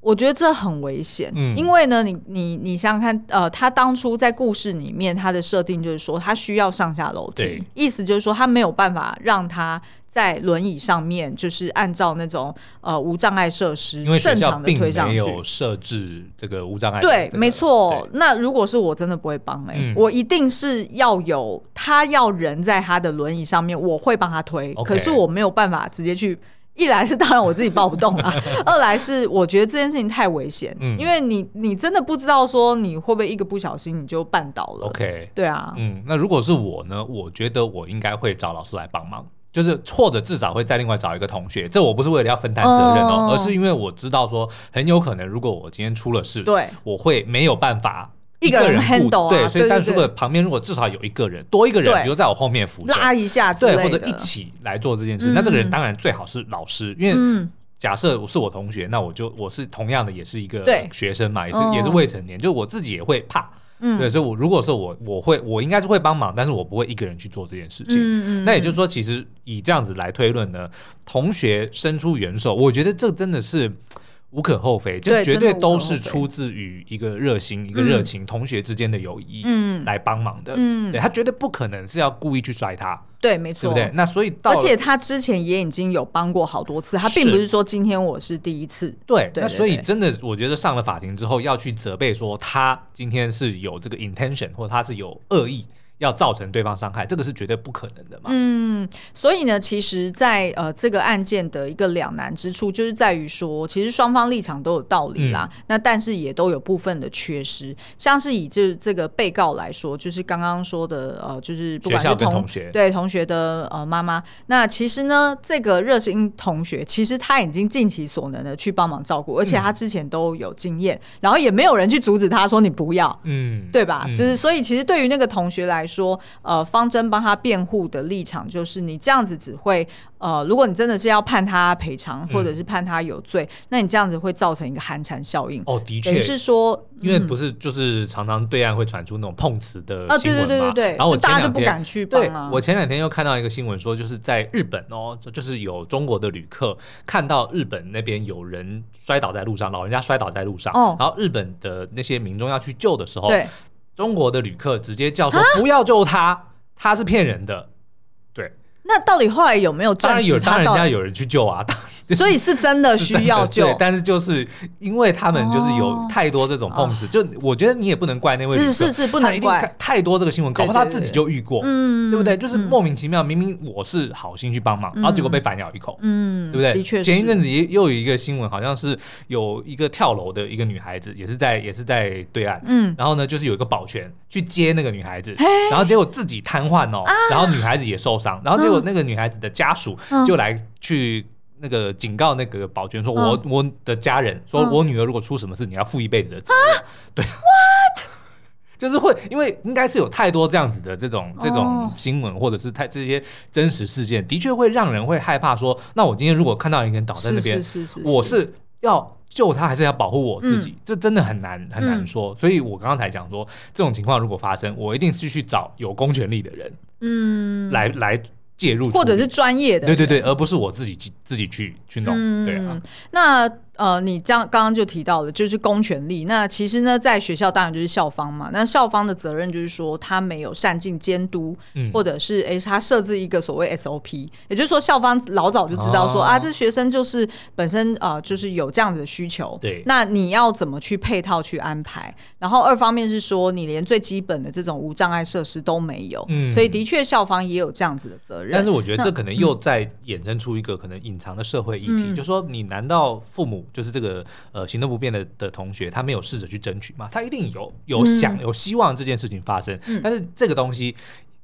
Speaker 2: 我觉得这很危险，
Speaker 1: 嗯
Speaker 2: 因为呢，你你你想想看，呃，他当初在故事里面他的设定就是说，他需要上下楼
Speaker 1: 对
Speaker 2: 梯，意思就是说他没有办法让他。在轮椅上面，就是按照那种呃无障碍设施
Speaker 1: 因为学
Speaker 2: 正
Speaker 1: 校
Speaker 2: 常的
Speaker 1: 并
Speaker 2: 推上
Speaker 1: 没
Speaker 2: 去，
Speaker 1: 有设置这个无障碍的这
Speaker 2: 对
Speaker 1: 个。，
Speaker 2: 没
Speaker 1: 对
Speaker 2: 错。那如果是我，真的不会帮哎、
Speaker 1: 嗯
Speaker 2: 我一定是要有他要人在他的轮椅上面，我会帮他推。
Speaker 1: OK
Speaker 2: 可是我没有办法直接去。一来是 当然我自己抱不动啊，二来是我觉得这件事情太危险，
Speaker 1: 嗯
Speaker 2: 因为你你真的不知道说你会不会一个不小心你就绊倒了。
Speaker 1: OK，
Speaker 2: 对啊，
Speaker 1: 嗯，那如果是我呢？我觉得我应该会找老师来帮忙，就是或者至少会再另外找一个同学。这我不是为了要分担责任哦，
Speaker 2: 哦
Speaker 1: 而是因为我知道说，很有可能如果我今天出了事，
Speaker 2: 对，
Speaker 1: 我会没有办法。
Speaker 2: 一个
Speaker 1: 个
Speaker 2: 人
Speaker 1: 人顾
Speaker 2: handle 啊
Speaker 1: 对，所以
Speaker 2: 对对
Speaker 1: 但是如果
Speaker 2: 对
Speaker 1: 旁边如果至少有一个人，多一个人，
Speaker 2: 对
Speaker 1: 比如在我后面扶着，
Speaker 2: 拉一下之
Speaker 1: 对，
Speaker 2: 类
Speaker 1: 或者
Speaker 2: 的
Speaker 1: 一。起来做这件事。那这个人当然最好是老师，因为
Speaker 2: 嗯，
Speaker 1: 假设是我同学，那我就我是同样的也是一个
Speaker 2: 对
Speaker 1: 学生嘛，也是、
Speaker 2: 哦
Speaker 1: 也是未成年，就我自己也会怕。
Speaker 2: 嗯
Speaker 1: 对，所以我如果说我我会我应该是会帮忙，但是我不会一个人去做这件事情。
Speaker 2: 嗯
Speaker 1: 那也就是说，其实以这样子来推论呢，同学伸出援手，我觉得这真的是无可厚非，就
Speaker 2: 对
Speaker 1: 绝
Speaker 2: 真的
Speaker 1: 对
Speaker 2: 无可
Speaker 1: 都
Speaker 2: 厚
Speaker 1: 是
Speaker 2: 非
Speaker 1: 出自于一个热心、一个热情，同学之间的友谊
Speaker 2: 嗯
Speaker 1: 来帮忙的。
Speaker 2: 嗯
Speaker 1: 对他绝对不可能是要故意去摔他，
Speaker 2: 对，没
Speaker 1: 对
Speaker 2: 错，
Speaker 1: 不对？那所以到
Speaker 2: 而
Speaker 1: 了
Speaker 2: 且他之前也已经有帮过好多次，他并
Speaker 1: 是
Speaker 2: 不是说今天我是第一次。
Speaker 1: 对，
Speaker 2: 对
Speaker 1: 那
Speaker 2: 对
Speaker 1: 所以
Speaker 2: 对
Speaker 1: 真的，我觉得上了法庭之后，要去责备说他今天是有这个 intention，或他是有恶意要造成对方伤害，这个是绝对不可能的嘛。
Speaker 2: 嗯，所以呢，其实在，呃这个案件的一个两难之处，就是在于说，其实双方立场都有道理啦，
Speaker 1: 嗯
Speaker 2: 那但是也都有部分的缺失。像是以这这个被告来说，就是刚刚说的，呃，就是不管
Speaker 1: 学校
Speaker 2: 是
Speaker 1: 跟
Speaker 2: 同
Speaker 1: 同学
Speaker 2: 对同学的呃妈妈，那其实呢，这个热心同学其实他已经尽其所能的去帮忙照顾，而且
Speaker 1: 嗯
Speaker 2: 他之前都有经验，然后也没有人去阻止他说你不要，
Speaker 1: 嗯，
Speaker 2: 对吧？
Speaker 1: 嗯
Speaker 2: 就是所以，其实对于那个同学来说，呃，方针帮他辩护的立场就是，你这样子只会，呃，如果你真的是要判他赔偿，或
Speaker 1: 嗯
Speaker 2: 者是判他有罪，那你这样子会造成一个寒蝉效应。
Speaker 1: 哦，的
Speaker 2: 等
Speaker 1: 确
Speaker 2: 于，是嗯说，
Speaker 1: 因为不是就是常常对岸会传出那种碰瓷的
Speaker 2: 啊，
Speaker 1: 新闻
Speaker 2: 对
Speaker 1: 嘛，
Speaker 2: 对对对对，
Speaker 1: 然后我
Speaker 2: 就大
Speaker 1: 前
Speaker 2: 家就
Speaker 1: 两
Speaker 2: 不
Speaker 1: 天。
Speaker 2: 敢去帮
Speaker 1: 对
Speaker 2: 啊，。
Speaker 1: 我前两天又看到一个新闻说，就是在日本哦，就就是有中国的旅客看到日本那边有人摔倒在路上，老人家摔倒在路上，
Speaker 2: 哦
Speaker 1: 然后日本的那些民众要去救的时候，
Speaker 2: 对，
Speaker 1: 中国的旅客直接
Speaker 2: 啊
Speaker 1: 叫说不要救他，他是骗人的。对，
Speaker 2: 那到底后来有没有
Speaker 1: 当
Speaker 2: 证
Speaker 1: 然有，
Speaker 2: 实
Speaker 1: 当然
Speaker 2: 他
Speaker 1: 人
Speaker 2: 到
Speaker 1: 家
Speaker 2: 底？
Speaker 1: 有人去救啊，当
Speaker 2: 所以是真的
Speaker 1: 然 是真
Speaker 2: 需要
Speaker 1: 对
Speaker 2: 救，
Speaker 1: 但是就是因为他们就是有
Speaker 2: 哦
Speaker 1: 太多这种碰瓷，就我觉得你也不能怪那位旅客，
Speaker 2: 是是是不
Speaker 1: 他
Speaker 2: 能
Speaker 1: 一定
Speaker 2: 怪
Speaker 1: 看太多这个新闻，搞不好
Speaker 2: 对对
Speaker 1: 他
Speaker 2: 对
Speaker 1: 自己就遇过，
Speaker 2: 嗯，
Speaker 1: 对不对？就是
Speaker 2: 嗯
Speaker 1: 莫名其妙，明明我是好心去帮忙，然后结果被反咬一口。
Speaker 2: 嗯，
Speaker 1: 对不对？
Speaker 2: 的确是，
Speaker 1: 前一阵子也又有一个新闻，好像是有一个跳楼的一个女孩子，也是在也是在对岸，
Speaker 2: 嗯，
Speaker 1: 然后呢，就是有一个保全去接那个女孩子，然后结果自己瘫痪
Speaker 2: 啊
Speaker 1: 哦，然后女孩子也受伤，然后结果那个女孩子的家属
Speaker 2: 嗯
Speaker 1: 就来去。那个警告那个保全说
Speaker 2: 嗯
Speaker 1: 我：“我的家人说，
Speaker 2: 嗯啊
Speaker 1: 我女儿如果出什么事，你要负一辈子的责任。”对，what？就是会，因为应该是有太多这样子的这种这种
Speaker 2: 哦
Speaker 1: 新闻，或者是太这些真实事件，的确会让人会害怕说，那我今天如果看到一个人倒在
Speaker 2: 是
Speaker 1: 那边
Speaker 2: 是，是是，
Speaker 1: 我是要救他，还是要保护我自己？这真的很难很难
Speaker 2: 嗯
Speaker 1: 说。所以我刚刚才讲说，这种情况如果发生，我一定是去找有公权力的人
Speaker 2: 嗯，
Speaker 1: 来、来介入处理，
Speaker 2: 或者是专业的，
Speaker 1: 对对对，而不是我自己去自己去去弄。
Speaker 2: 嗯
Speaker 1: 对啊，
Speaker 2: 那呃，你这样刚刚就提到了，就是公权力。那其实呢，在学校当然就是校方嘛。那校方的责任就是说，他没有善尽监督，
Speaker 1: 嗯
Speaker 2: 或者是诶、他设置一个所谓 SOP，也就是说，校方老早就知道说、
Speaker 1: 哦
Speaker 2: 啊，这学生就是本身呃，就是有这样子的需求。
Speaker 1: 对
Speaker 2: 那你要怎么去配套去安排？然后二方面是说，你连最基本的这种无障碍设施都没有，
Speaker 1: 嗯
Speaker 2: 所以的确校方也有这样子的责任。
Speaker 1: 但是我觉得这
Speaker 2: 那
Speaker 1: 可能又在衍生出一个可能隐藏的社会议题，
Speaker 2: 嗯
Speaker 1: 就说你难道父母就是这个呃行动不便的的同学，他没有试着去争取吗？他一定有有想、有希望这件事情发生，
Speaker 2: 嗯
Speaker 1: 但是这个东西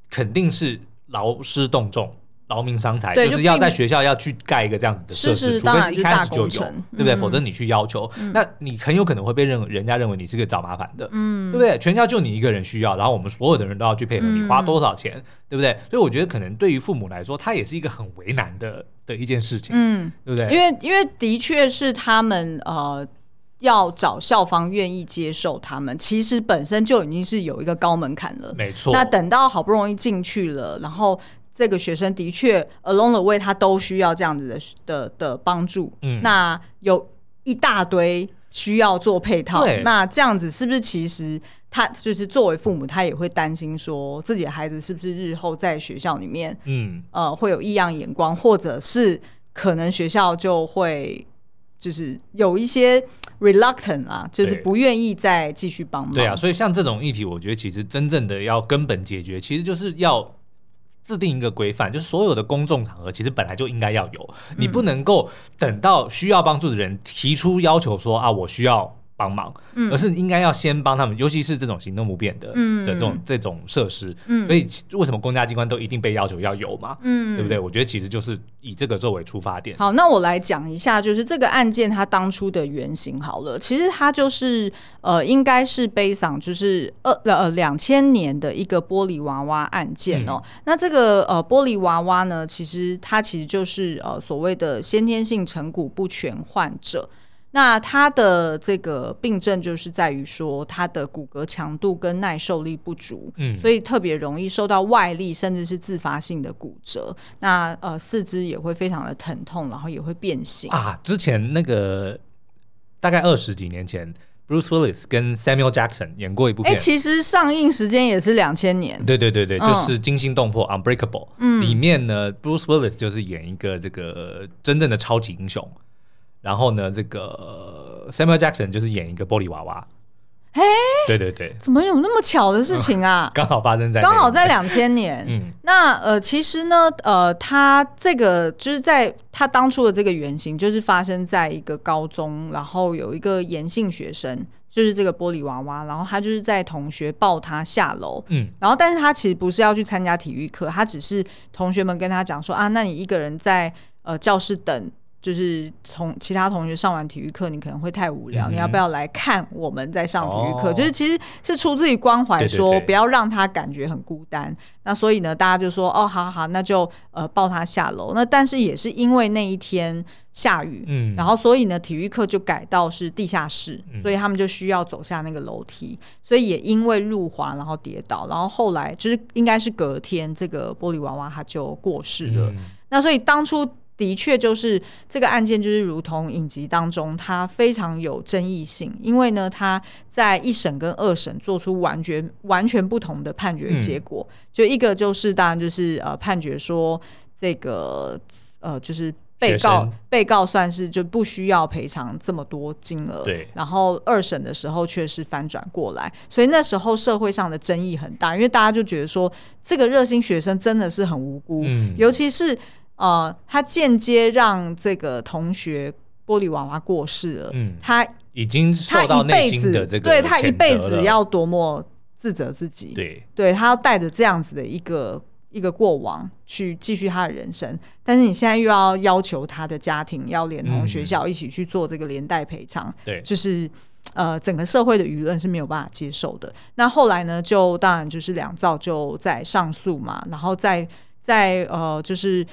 Speaker 1: 肯定是劳师动众。劳民伤财，
Speaker 2: 对
Speaker 1: 就是
Speaker 2: 就
Speaker 1: 要
Speaker 2: 并
Speaker 1: 在学校要去盖一个这样子的设
Speaker 2: 是
Speaker 1: 施，
Speaker 2: 是
Speaker 1: 除
Speaker 2: 当
Speaker 1: 非
Speaker 2: 然
Speaker 1: 是一
Speaker 2: 就是
Speaker 1: 开
Speaker 2: 大
Speaker 1: 始就有，
Speaker 2: 工程
Speaker 1: 对不对？
Speaker 2: 嗯
Speaker 1: 否则你去要求，那你很有可能会被认人家认为你是个找麻烦的，
Speaker 2: 嗯
Speaker 1: 对不对？全校就你一个人需要，然后我们所有的人都要去配合你，
Speaker 2: 嗯
Speaker 1: 花多少钱，对不对？所以我觉得可能对于父母来说，他也是一个很为难的的一件事情，
Speaker 2: 嗯。
Speaker 1: 对不对？
Speaker 2: 因为因为的确是他们呃要找校方愿意接受他们，其实本身就已经是有一个高门槛了。
Speaker 1: 没错，
Speaker 2: 那等到好不容易进去了，然后这个学生的确 along the way 他都需要这样子的的的帮助，
Speaker 1: 嗯
Speaker 2: 那有一大堆需要做配套
Speaker 1: 对，
Speaker 2: 那这样子是不是其实他就是作为父母，他也会担心说自己的孩子是不是日后在学校里面
Speaker 1: 嗯，
Speaker 2: 呃会有异样眼光，或者是可能学校就会就是有一些 reluctant 啊，就是
Speaker 1: 对
Speaker 2: 不愿意再继续帮忙。
Speaker 1: 对啊，所以像这种议题，我觉得其实真正的要根本解决，其实就是要。制定一个规范，就是所有的公众场合其实本来就应该要有，
Speaker 2: 嗯
Speaker 1: 你不能够等到需要帮助的人提出要求说啊，我需要帮忙，
Speaker 2: 嗯
Speaker 1: 而是应该要先帮他们，尤其是这种行动不便的、
Speaker 2: 嗯
Speaker 1: 的这种这种设施，
Speaker 2: 嗯
Speaker 1: 所以其为什么公家机关都一定被要求要有嘛，
Speaker 2: 嗯
Speaker 1: 对不对？我觉得其实就是以这个作为出发点，
Speaker 2: 好，那我来讲一下，就是这个案件它当初的原型好了。其实它就是呃，应该是悲伤，就是二呃两千年的一个玻璃娃娃案件哦。那这个呃玻璃娃娃呢，其实它其实就是呃所谓的先天性成骨不全患者。那他的这个病症就是在于说，他的骨骼强度跟耐受力不足，
Speaker 1: 嗯
Speaker 2: 所以特别容易受到外力甚至是自发性的骨折。那呃，四肢也会非常的疼痛，然后也会变形。
Speaker 1: 啊，之前那个大概二十几年前，Bruce Willis 跟 Samuel Jackson 演过一部
Speaker 2: 哎、
Speaker 1: 片，
Speaker 2: 其实上映时间也是两千年，
Speaker 1: 对对对对，
Speaker 2: 嗯
Speaker 1: 就是惊心动魄《Unbreakable》。嗯，里面呢，Bruce Willis 就是演一个这个真正的超级英雄，然后呢，这个呃 Samuel Jackson 就是演一个玻璃娃娃。
Speaker 2: 哎
Speaker 1: 对对对，
Speaker 2: 怎么有那么巧的事情啊？
Speaker 1: 刚好发生在那
Speaker 2: 刚好
Speaker 1: 里
Speaker 2: 在两千年。
Speaker 1: 嗯
Speaker 2: 那呃，其实呢，呃，他这个就是在他当初的这个原型，就是发生在一个高中，然后有一个严姓学生，就是这个玻璃娃娃，然后他就是在同学抱他下楼，
Speaker 1: 嗯
Speaker 2: 然后但是他其实不是要去参加体育课，他只是同学们跟他讲说啊，那你一个人在呃教室等。就是从其他同学上完体育课，你可能会太无聊，
Speaker 1: 嗯哼
Speaker 2: 你要不要来看我们在上体育课？
Speaker 1: 哦
Speaker 2: 就是其实是出自于关怀
Speaker 1: 对对
Speaker 2: 说，
Speaker 1: 对
Speaker 2: 不要让他感觉很孤单。那所以呢，大家就说哦，好好好，那就呃抱他下楼。那但是也是因为那一天下雨，
Speaker 1: 嗯，
Speaker 2: 然
Speaker 1: 后
Speaker 2: 后所以呢，体育课就改到是地下室，
Speaker 1: 嗯
Speaker 2: 所以他们就需要走下那个楼梯，所以也因为路滑然后跌倒，然后后来就是应该是隔天，这个玻璃娃娃他就过世
Speaker 1: 嗯
Speaker 2: 了。那所以当初的确就是这个案件，就是如同影集当中，它非常有争议性，因为呢，它在一审跟二审做出完全完全不同的判决结果。就一个就是当然就是呃判决说这个呃就是。被
Speaker 1: 学
Speaker 2: 告
Speaker 1: 生
Speaker 2: 被告算是就不需要赔偿这么多金额，
Speaker 1: 对
Speaker 2: 然后二审的时候却是翻转过来，所以那时候社会上的争议很大，因为大家就觉得说这个热心学生真的是很无辜，
Speaker 1: 嗯
Speaker 2: 尤其是呃，他间接让这个同学玻璃娃娃过世了，
Speaker 1: 嗯，
Speaker 2: 他
Speaker 1: 已经受
Speaker 2: 他
Speaker 1: 到
Speaker 2: 一
Speaker 1: 内
Speaker 2: 辈
Speaker 1: 心
Speaker 2: 子
Speaker 1: 的这个
Speaker 2: 对他一
Speaker 1: 谴
Speaker 2: 辈
Speaker 1: 责
Speaker 2: 子
Speaker 1: 了
Speaker 2: 要多么自责自己，
Speaker 1: 对
Speaker 2: 对他要带着这样子的一个一个过往去继续他的人生，但是你现在又要要求他的家庭要连同
Speaker 1: 嗯
Speaker 2: 学校一起去做这个连带赔偿，
Speaker 1: 对
Speaker 2: 就是呃整个社会的舆论是没有办法接受的。那后来呢，就当然就是两造就在上诉嘛，然后在在呃就是。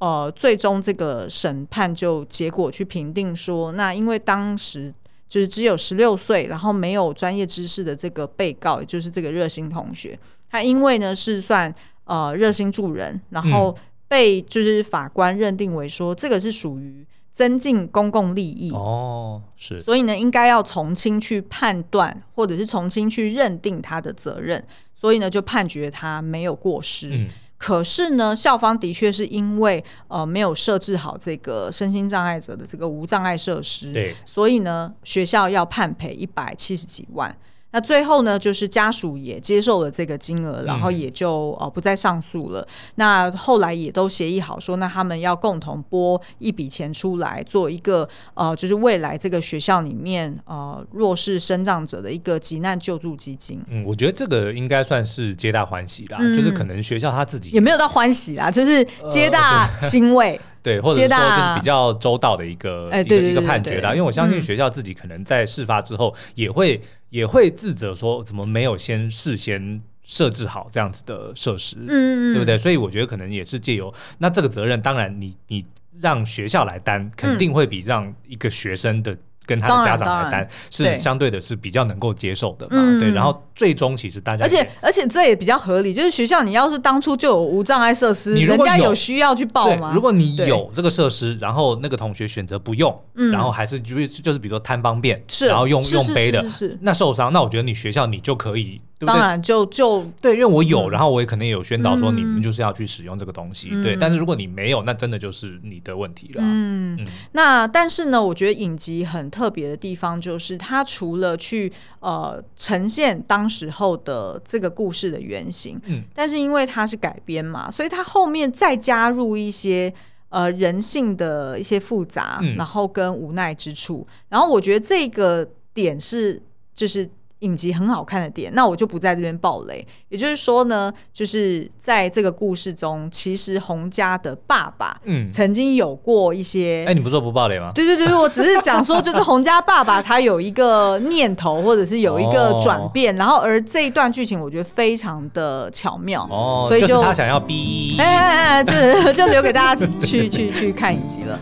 Speaker 2: 呃，最终这个审判就结果去评定说，那因为当时就是只有十六岁，然后没有专业知识的这个被告，也就是这个热心同学，他因为呢是算呃热心助人，然后
Speaker 1: 嗯
Speaker 2: 被就是法官认定为说这个是属于增进公共利益，
Speaker 1: 哦是
Speaker 2: 所以呢，应该要从轻去判断，或者是从轻去认定他的责任，所以呢，就判决他没有过失。
Speaker 1: 嗯
Speaker 2: 可是呢，校方的确是因为呃没有设置好这个身心障碍者的这个无障碍设施，
Speaker 1: 对
Speaker 2: 所以呢，学校要判赔一百七十几万。那最后呢，就是家属也接受了这个金
Speaker 1: 嗯
Speaker 2: 额，然后也就呃不再上诉了。那后来也都协议好说，那他们要共同拨一笔钱出来，做一个呃，就是未来这个学校里面呃弱势生障者的一个急难救助基金。
Speaker 1: 嗯，我觉得这个应该算是皆大欢喜啦，
Speaker 2: 嗯
Speaker 1: 就是可能学校他自己
Speaker 2: 也没有到欢喜啦，就是皆大欣慰。
Speaker 1: 呃对，或者
Speaker 2: 接
Speaker 1: 是
Speaker 2: 纳
Speaker 1: 说就是比较周到的一个
Speaker 2: 哎
Speaker 1: 一
Speaker 2: 对
Speaker 1: 个
Speaker 2: 对
Speaker 1: 一个
Speaker 2: 对
Speaker 1: 判
Speaker 2: 对
Speaker 1: 决
Speaker 2: 对
Speaker 1: 啦，因为我相信
Speaker 2: 嗯
Speaker 1: 学校自己可能在事发之后也会也会自责说怎么没有先事先设置好这样子的设施，
Speaker 2: 嗯嗯，
Speaker 1: 对不对？所以我觉得可能也是借由那这个责任，当然你你让学校来担，肯定会比让一个学生的。跟他
Speaker 2: 当
Speaker 1: 的
Speaker 2: 然
Speaker 1: 家长来
Speaker 2: 当然
Speaker 1: 担
Speaker 2: 对
Speaker 1: 是相对的是比较能够接受的嘛，
Speaker 2: 嗯
Speaker 1: 对。然后最终其实大家
Speaker 2: 而且
Speaker 1: 也
Speaker 2: 而且这也比较合理，就是学校你要是当初就有无障碍设施，
Speaker 1: 你如
Speaker 2: 人
Speaker 1: 果
Speaker 2: 家
Speaker 1: 有
Speaker 2: 有需要去报
Speaker 1: 对，
Speaker 2: 吗？
Speaker 1: 如果你
Speaker 2: 对
Speaker 1: 有这个设施，然后那个同学选择不用，
Speaker 2: 嗯
Speaker 1: 然后还是就是就是比如说贪方便，
Speaker 2: 是
Speaker 1: 然后用
Speaker 2: 是
Speaker 1: 用
Speaker 2: 是
Speaker 1: 背的
Speaker 2: 是，是是
Speaker 1: 那受伤，那我觉得你学校你就可以，对不
Speaker 2: 当
Speaker 1: 对？
Speaker 2: 然就就
Speaker 1: 对，因为我有，
Speaker 2: 嗯
Speaker 1: 然后我也可能也有宣导说你
Speaker 2: 嗯
Speaker 1: 们就是要去使用这个东西，对。
Speaker 2: 嗯
Speaker 1: 但是如果你没有，那真的就是你的问题了。
Speaker 2: 嗯
Speaker 1: 嗯
Speaker 2: 那但是呢，我觉得影集很特别的地方就是，它除了去呃呈现当时候的这个故事的原型，
Speaker 1: 嗯，
Speaker 2: 但是因为它是改编嘛，所以它后面再加入一些。呃，人性的一些复杂，
Speaker 1: 嗯
Speaker 2: 然后跟无奈之处，然后我觉得这个点是就是影集很好看的点，那我就不在这边爆雷。也就是说呢，就是在这个故事中，其实洪家的爸爸，
Speaker 1: 嗯
Speaker 2: 曾经有过一些。
Speaker 1: 哎，你不是说不爆雷吗？
Speaker 2: 对对对，对我只是讲说，就是洪家爸爸他有一个念头，或者是有一个转变，然后而这一段剧情我觉得非常的巧妙，
Speaker 1: 哦，
Speaker 2: 所以
Speaker 1: 就是
Speaker 2: 就
Speaker 1: 他想要逼
Speaker 2: 哎。哎哎，这就留给大家去去去去看影集了。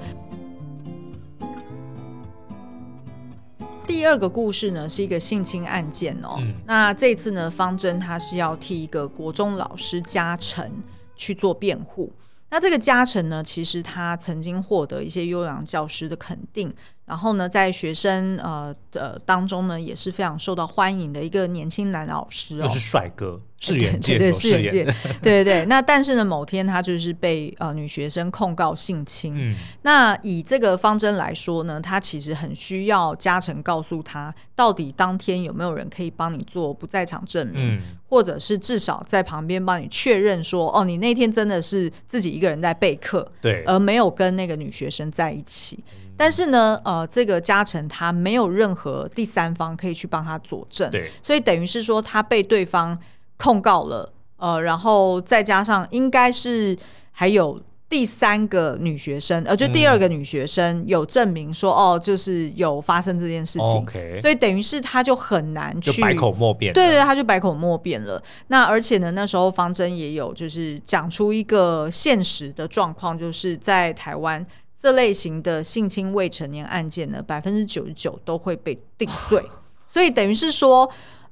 Speaker 2: 第二个故事呢是一个性侵案件哦。
Speaker 1: 嗯
Speaker 2: 那这次呢，方针他是要替一个国中老师嘉诚去做辩护。那这个嘉诚呢，其实他曾经获得一些优良教师的肯定，然后呢，在学生呃呃当中呢，也是非常受到欢迎的一个年轻男老师
Speaker 1: 又
Speaker 2: 哦
Speaker 1: 是。帅哥，是
Speaker 2: 对
Speaker 1: 远界
Speaker 2: 对对
Speaker 1: 所
Speaker 2: 是
Speaker 1: 饰
Speaker 2: 眼
Speaker 1: 演的，
Speaker 2: 界对对对。那但是呢，某天他就是被呃女学生控告性侵，
Speaker 1: 嗯，
Speaker 2: 那以这个方针来说呢，他其实很需要嘉诚告诉他，到底当天有没有人可以帮你做不在场证明，
Speaker 1: 嗯
Speaker 2: 或者是至少在旁边帮你确认说，哦，你那天真的是自己一个人在备课，
Speaker 1: 对，
Speaker 2: 而没有跟那个女学生在一起。但是呢，呃，这个嘉诚他没有任何第三方可以去帮他佐证，
Speaker 1: 对，
Speaker 2: 所以等于是说他被对方控告了，呃，然后再加上应该是还有第三个女学生，
Speaker 1: 嗯
Speaker 2: 呃，就第二个女学生有证明说，哦，就是有发生这件事情，
Speaker 1: 哦 OK，
Speaker 2: 所以等于是他就很难
Speaker 1: 就
Speaker 2: 去
Speaker 1: 百口莫辩，
Speaker 2: 对对，，他就百口莫辩了。那而且呢，那时候方针也有就是讲出一个现实的状况，就是在台湾这类型的性侵未成年案 件呢，百分之九十九都会被定罪，所以等于是说，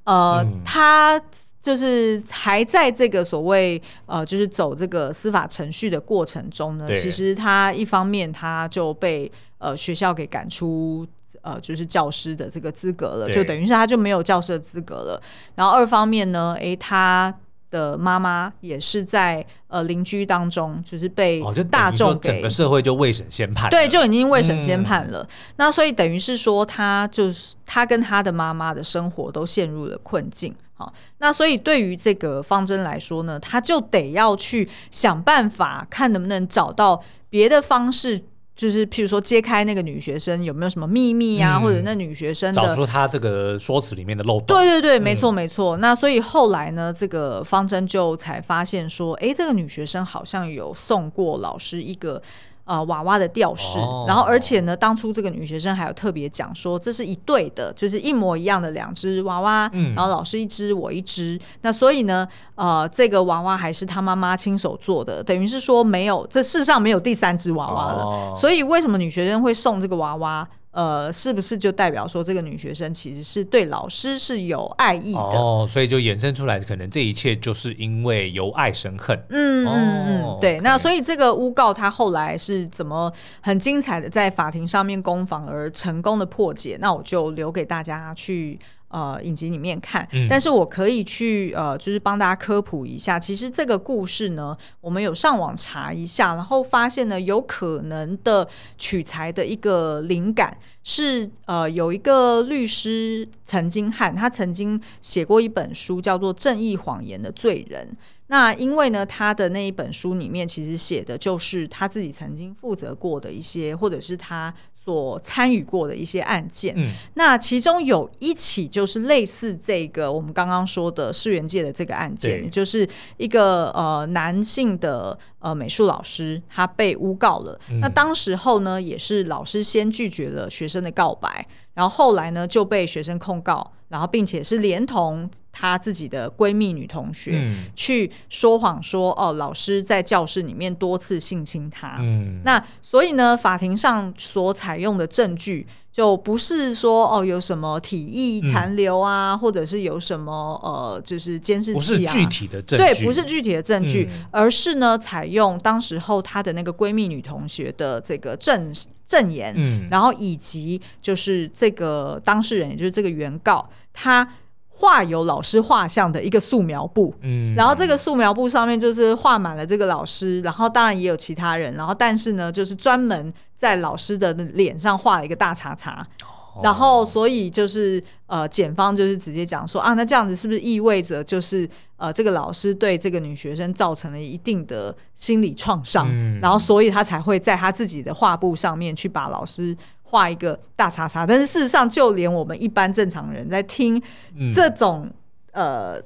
Speaker 2: 呃，
Speaker 1: 哦嗯
Speaker 2: 他。就是还在这个所谓呃，就是走这个司法程序的过程中呢，
Speaker 1: 对
Speaker 2: 其实他一方面他就被呃学校给赶出呃就是教师的这个资格了，
Speaker 1: 对
Speaker 2: 就等于是他就没有教师的资格了。然后二方面呢，诶、他的妈妈也是在呃邻居当中，就是被
Speaker 1: 哦，就等于
Speaker 2: 大
Speaker 1: 说
Speaker 2: 众
Speaker 1: 整
Speaker 2: 给、
Speaker 1: 个社会就未审先判了，
Speaker 2: 对，就已经未审先判
Speaker 1: 嗯
Speaker 2: 了。那所以等于是说，他就是他跟他的妈妈的生活都陷入了困境。好，那所以对于这个方针来说呢，他就得要去想办法，看能不能找到别的方式。就是譬如说揭开那个女学生有没有什么秘密啊，
Speaker 1: 嗯
Speaker 2: 或者那女学生
Speaker 1: 找
Speaker 2: 的
Speaker 1: 出他这个说辞里面的漏洞，
Speaker 2: 对对对，没错没错。那所以后来呢，这个方针就才发现说，诶，这个女学生好像有送过老师一个。呃，娃娃的吊饰，
Speaker 1: 哦
Speaker 2: 然后而且呢，当初这个女学生还有特别讲说，这是一对的，就是一模一样的两只娃娃，
Speaker 1: 嗯
Speaker 2: 然后老师一只，我一只。那所以呢，呃，这个娃娃还是她妈妈亲手做的，等于是说没有，这世上没有第三只娃娃了。
Speaker 1: 哦
Speaker 2: 所以为什么女学生会送这个娃娃？呃，是不是就代表说这个女学生其实是对老师是有爱意的？
Speaker 1: 哦，所以就衍生出来，可能这一切就是因为由爱生恨，
Speaker 2: 嗯
Speaker 1: 哦
Speaker 2: 嗯嗯，对。
Speaker 1: OK
Speaker 2: 那所以这个诬告他后来是怎么很精彩的在法庭上面攻防而成功的破解，那我就留给大家去。呃，影集里面看，
Speaker 1: 嗯
Speaker 2: 但是我可以去呃，就是帮大家科普一下。其实这个故事呢，我们有上网查一下，然后发现呢，有可能的取材的一个灵感是呃，有一个律师陈金汉，他曾经写过一本书，叫做《正义谎言的罪人》。那因为呢，他的那一本书里面其实写的就是他自己曾经负责过的一些，或者是他所参与过的一些案件。
Speaker 1: 嗯，
Speaker 2: 那其中有一起就是类似这个我们刚刚说的世园界的这个案件，
Speaker 1: 对
Speaker 2: 也就是一个呃男性的呃美术老师，他被诬告了。
Speaker 1: 嗯
Speaker 2: 那当时候呢，也是老师先拒绝了学生的告白，然后后来呢就被学生控告，然后并且是连同她自己的闺蜜女同学。
Speaker 1: 嗯
Speaker 2: 去说谎说哦，老师在教室里面多次性侵她。
Speaker 1: 嗯，
Speaker 2: 那所以呢，法庭上所采用的证据就不是说哦有什么体液
Speaker 1: 嗯
Speaker 2: 残留啊，或者是有什么呃就是监视
Speaker 1: 不是
Speaker 2: 器啊，
Speaker 1: 具体的证据，
Speaker 2: 对，不是具体的证据，
Speaker 1: 嗯
Speaker 2: 而是呢采用当时候她的那个闺蜜女同学的这个证证言，
Speaker 1: 嗯，
Speaker 2: 然后以及就是这个当事人，也就是这个原告，他画有老师画像的一个素描布。
Speaker 1: 嗯，
Speaker 2: 然后这个素描布上面就是画满了这个老师，然后当然也有其他人，然后但是呢，就是专门在老师的脸上画了一个大叉叉，
Speaker 1: 哦
Speaker 2: 然后所以就是呃，检方就是直接讲说啊，那这样子是不是意味着就是呃，这个老师对这个女学生造成了一定的心理创伤，
Speaker 1: 嗯
Speaker 2: 然后所以他才会在他自己的画布上面去把老师。画一个大叉叉，但是事实上，就连我们一般正常人在听
Speaker 1: 嗯
Speaker 2: 这种、呃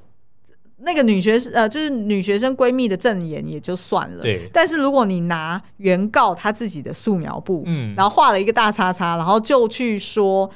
Speaker 2: 那个女学生呃，就是女学生闺蜜的证言也就算了，
Speaker 1: 对
Speaker 2: 但是如果你拿原告她自己的素描布，
Speaker 1: 嗯
Speaker 2: 然后画了一个大叉叉，然后就去说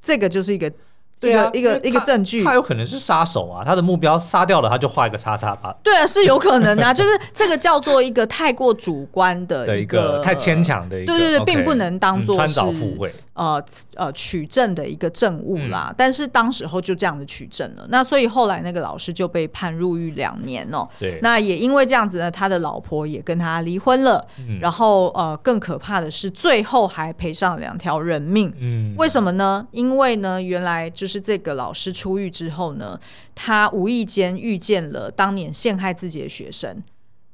Speaker 2: 这个就是一个
Speaker 1: 对啊，
Speaker 2: 一个
Speaker 1: 因为
Speaker 2: 一个一个
Speaker 1: 他
Speaker 2: 证据
Speaker 1: 他有可能是杀手啊，他的目标杀掉了，他就画一个叉叉吧
Speaker 2: 对啊，是有可能 的、啊，就是这个叫做一个太过主观的
Speaker 1: 的呃一
Speaker 2: 一个
Speaker 1: 个太牵强的一个，
Speaker 2: 对对对
Speaker 1: OK
Speaker 2: 并不能当作
Speaker 1: 嗯川岛
Speaker 2: 是
Speaker 1: 附会，
Speaker 2: 呃呃取证的一个证物
Speaker 1: 嗯
Speaker 2: 啦、但是当时候就这样子取证了，那所以后来那个老师就被判入狱两年哦、
Speaker 1: 对，
Speaker 2: 那也因为这样子呢，他的老婆也跟他离婚了，
Speaker 1: 嗯
Speaker 2: 然后呃更可怕的是，最后还赔上两条人命。
Speaker 1: 嗯
Speaker 2: 为什么呢？因为呢，原来就是这个老师出狱之后呢，他无意间遇见了当年陷害自己的学生，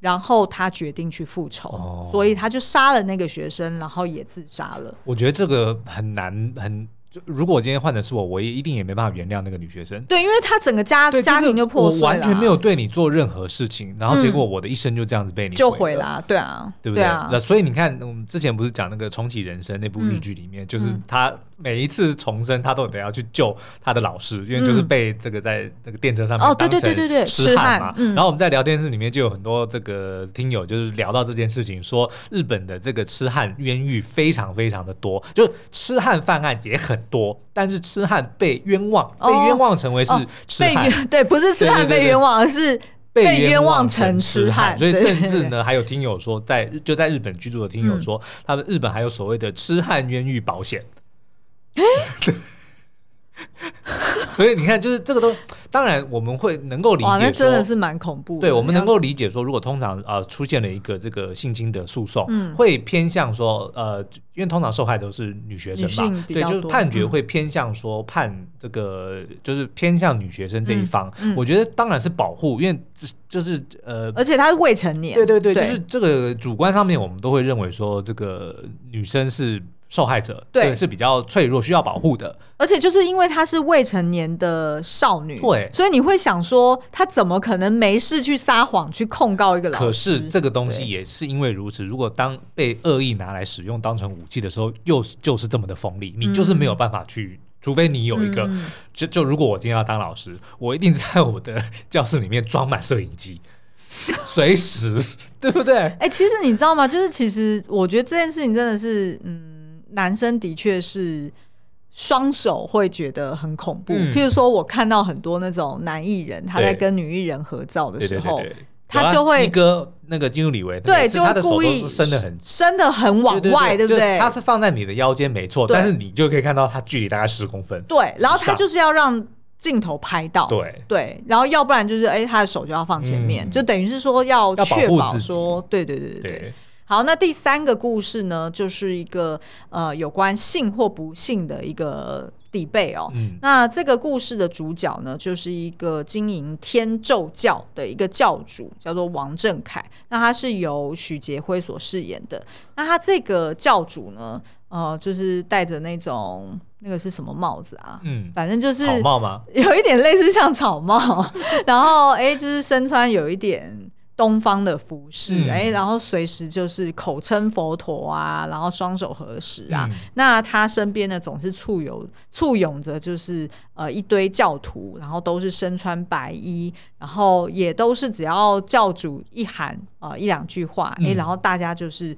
Speaker 2: 然后他决定去复仇，
Speaker 1: 哦
Speaker 2: 所以他就杀了那个学生，然后也自杀了。
Speaker 1: 我觉得这个很难，很就如果我今天换的是我，我也一定也没办法原谅那个女学生。
Speaker 2: 对，因为他整个家
Speaker 1: 对，
Speaker 2: 家
Speaker 1: 是
Speaker 2: 庭就破碎
Speaker 1: 我
Speaker 2: 了啊，
Speaker 1: 完全没有对你做任何事情，然后结果我的一生就这样子被你
Speaker 2: 就
Speaker 1: 毁
Speaker 2: 毁
Speaker 1: 了。
Speaker 2: 啦，对啊，
Speaker 1: 对不对？
Speaker 2: 对啊
Speaker 1: 那，所以你看，我们之前不是讲那个《重启人生》那部日剧里面，
Speaker 2: 嗯
Speaker 1: 就是他每一次重生，他都得要去救他的老师，因为就是被这个在这个电车上面
Speaker 2: 哦对对
Speaker 1: 当成
Speaker 2: 对对对
Speaker 1: 痴汉嘛
Speaker 2: 痴汉。嗯
Speaker 1: 然后我们在聊天室里面就有很多这个听友就是聊到这件事情，说日本的这个痴汉冤狱非常非常的多，就是痴汉犯案也很多，但是痴汉被冤枉，被
Speaker 2: 哦
Speaker 1: 冤枉成为是
Speaker 2: 哦
Speaker 1: 痴
Speaker 2: 被
Speaker 1: 汉。
Speaker 2: 冤对，不是痴汉
Speaker 1: 对对对
Speaker 2: 被
Speaker 1: 对
Speaker 2: 冤枉，而是被冤枉成痴汉
Speaker 1: 所以
Speaker 2: 对嗯
Speaker 1: 甚至呢，还有听友说在，就在日本居住的听友说，他们日本还有所谓的痴汉冤狱保险。 所以你看，就是这个都，当然我们会能够理
Speaker 2: 哇，那
Speaker 1: 解
Speaker 2: 真的
Speaker 1: 说。
Speaker 2: 是蛮恐怖的。
Speaker 1: 对，我们能
Speaker 2: 要
Speaker 1: 够理解说，如果通常呃出现了一个这个性侵的诉讼，
Speaker 2: 嗯
Speaker 1: 会偏向说呃，因为通常受害都是女学生
Speaker 2: 女
Speaker 1: 嘛
Speaker 2: 性，比
Speaker 1: 对，
Speaker 2: 较
Speaker 1: 就是
Speaker 2: 多
Speaker 1: 判决
Speaker 2: 嗯
Speaker 1: 会偏向说判这个，就是偏向女学生这一
Speaker 2: 嗯
Speaker 1: 方。
Speaker 2: 嗯
Speaker 1: 我觉得当然是保护，因为这就是呃，
Speaker 2: 而且他是未成年，
Speaker 1: 对对对，就
Speaker 2: 对
Speaker 1: 是这个主观上面，我们都会认为说这个女生是受害者，
Speaker 2: 对
Speaker 1: 是比较脆弱，需要保护的。
Speaker 2: 而且就是因为她是未成年的少女，
Speaker 1: 对
Speaker 2: 所以你会想说，她怎么可能没事去撒谎去控告一个老师？
Speaker 1: 可是这个东西
Speaker 2: 对
Speaker 1: 也是因为如此，如果当被恶意拿来使用当成武器的时候，又是就是这么的锋利，你就是没有办法去。除非你有一个，
Speaker 2: 嗯
Speaker 1: 就就如果我今天要当老师，我一定在我的 教室里面装满摄影机，随时，对不对？
Speaker 2: 哎、其实你知道吗？就是其实我觉得这件事情真的是，嗯，男生的确是双手会觉得很恐怖。
Speaker 1: 嗯
Speaker 2: 譬如说，我看到很多那种男艺人他在
Speaker 1: 对
Speaker 2: 跟女艺人合照的
Speaker 1: 对
Speaker 2: 时
Speaker 1: 对
Speaker 2: 候，
Speaker 1: 对对，
Speaker 2: 他
Speaker 1: 有啊
Speaker 2: 就会
Speaker 1: 鸡哥那个基努里维，那个
Speaker 2: 对
Speaker 1: 也是
Speaker 2: 就
Speaker 1: 他
Speaker 2: 会
Speaker 1: 的手
Speaker 2: 故
Speaker 1: 都
Speaker 2: 意
Speaker 1: 是伸的很
Speaker 2: 伸的很往外，对不
Speaker 1: 就
Speaker 2: 对？
Speaker 1: 它是放在你的腰间没错，
Speaker 2: 对
Speaker 1: 但是你就可以看到它距离大概十公分。
Speaker 2: 对，然后
Speaker 1: 以
Speaker 2: 他
Speaker 1: 上
Speaker 2: 就是要让镜头拍到，
Speaker 1: 对，
Speaker 2: 对，然后要不然就是哎、他的手就要放前面，
Speaker 1: 嗯
Speaker 2: 就等于是说要
Speaker 1: 保
Speaker 2: 确
Speaker 1: 护
Speaker 2: 保
Speaker 1: 自己
Speaker 2: 说，对对对对对。
Speaker 1: 对，
Speaker 2: 好，那第三个故事呢，就是一个呃有关性或不性的一个 debate 哦。
Speaker 1: 嗯，
Speaker 2: 那这个故事的主角呢，就是一个经营天咒教的一个教主，叫做王正凯。那他是由许杰辉所饰演的。那他这个教主呢，呃，就是戴着那种那个是什么帽子啊？
Speaker 1: 嗯
Speaker 2: 反正就是
Speaker 1: 草帽吗？
Speaker 2: 有一点类似像草帽， 然后哎、就是身穿有一点东方的服饰，
Speaker 1: 嗯
Speaker 2: 哎、然后随时就是口称佛陀啊，然后双手合十啊。
Speaker 1: 嗯
Speaker 2: 那他身边呢，总是簇拥簇拥着就是呃一堆教徒，然后都是身穿白衣，然后也都是只要教主一喊呃一两句话，哎、
Speaker 1: 嗯
Speaker 2: 然后大家就是。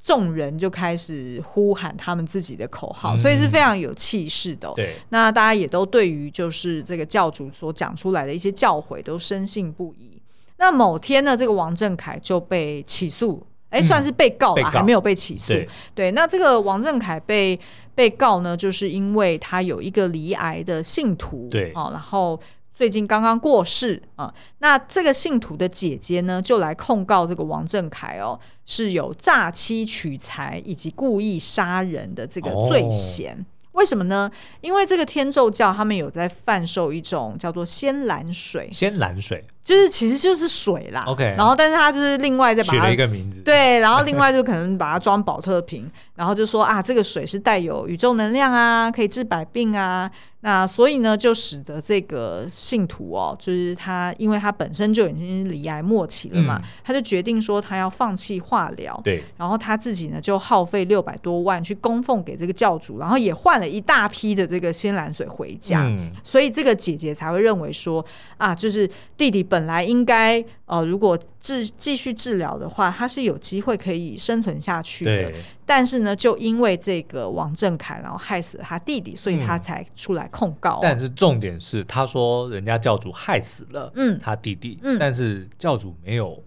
Speaker 2: 众人就开始呼喊他们自己的口号，
Speaker 1: 嗯
Speaker 2: 所以是非常有气势的哦、
Speaker 1: 对，
Speaker 2: 那大家也都对于就是这个教主所讲出来的一些教诲都深信不疑。那某天呢，这个王正凯就被起诉，哎、
Speaker 1: 嗯
Speaker 2: 算是被告
Speaker 1: 被
Speaker 2: 吧，
Speaker 1: 告
Speaker 2: 还没有被起诉。
Speaker 1: 对，
Speaker 2: 对，那这个王正凯被被告呢，就是因为他有一个离癌的信徒，
Speaker 1: 对
Speaker 2: 哦，然后最近刚刚过世啊、那这个信徒的姐姐呢，就来控告这个王正凯哦，是有诈欺取财以及故意杀人的这个
Speaker 1: 哦
Speaker 2: 罪嫌。为什么呢？因为这个天咒教他们有在贩售一种叫做仙兰水，
Speaker 1: 先蓝水
Speaker 2: 就是其实就是水啦。
Speaker 1: OK
Speaker 2: 然后但是他就是另外再把
Speaker 1: 取
Speaker 2: 它
Speaker 1: 了一个名字，，
Speaker 2: 对，然后另外就可能把它装保特瓶， 然后就说啊，这个水是带有宇宙能量啊，可以治百病啊。那所以呢，就使得这个信徒哦，就是他，因为他本身就已经是罹癌末期了嘛，
Speaker 1: 嗯
Speaker 2: 他就决定说他要放弃化疗。
Speaker 1: 对，
Speaker 2: 然后他自己呢，就耗费六百多万去供奉给这个教主，然后也换了一大批的这个仙蓝水回家。
Speaker 1: 嗯，
Speaker 2: 所以这个姐姐才会认为说啊，就是弟弟本本来应该呃，如果治继续治疗的话，它是有机会可以生存下去的。
Speaker 1: 对，
Speaker 2: 但是呢，就因为这个王正凯，然后害死了他弟弟，所以他
Speaker 1: 嗯
Speaker 2: 才出来控告、啊
Speaker 1: 但是重点是，他说人家教主害死了
Speaker 2: 嗯，
Speaker 1: 他弟弟，
Speaker 2: 嗯
Speaker 1: 但是教主没有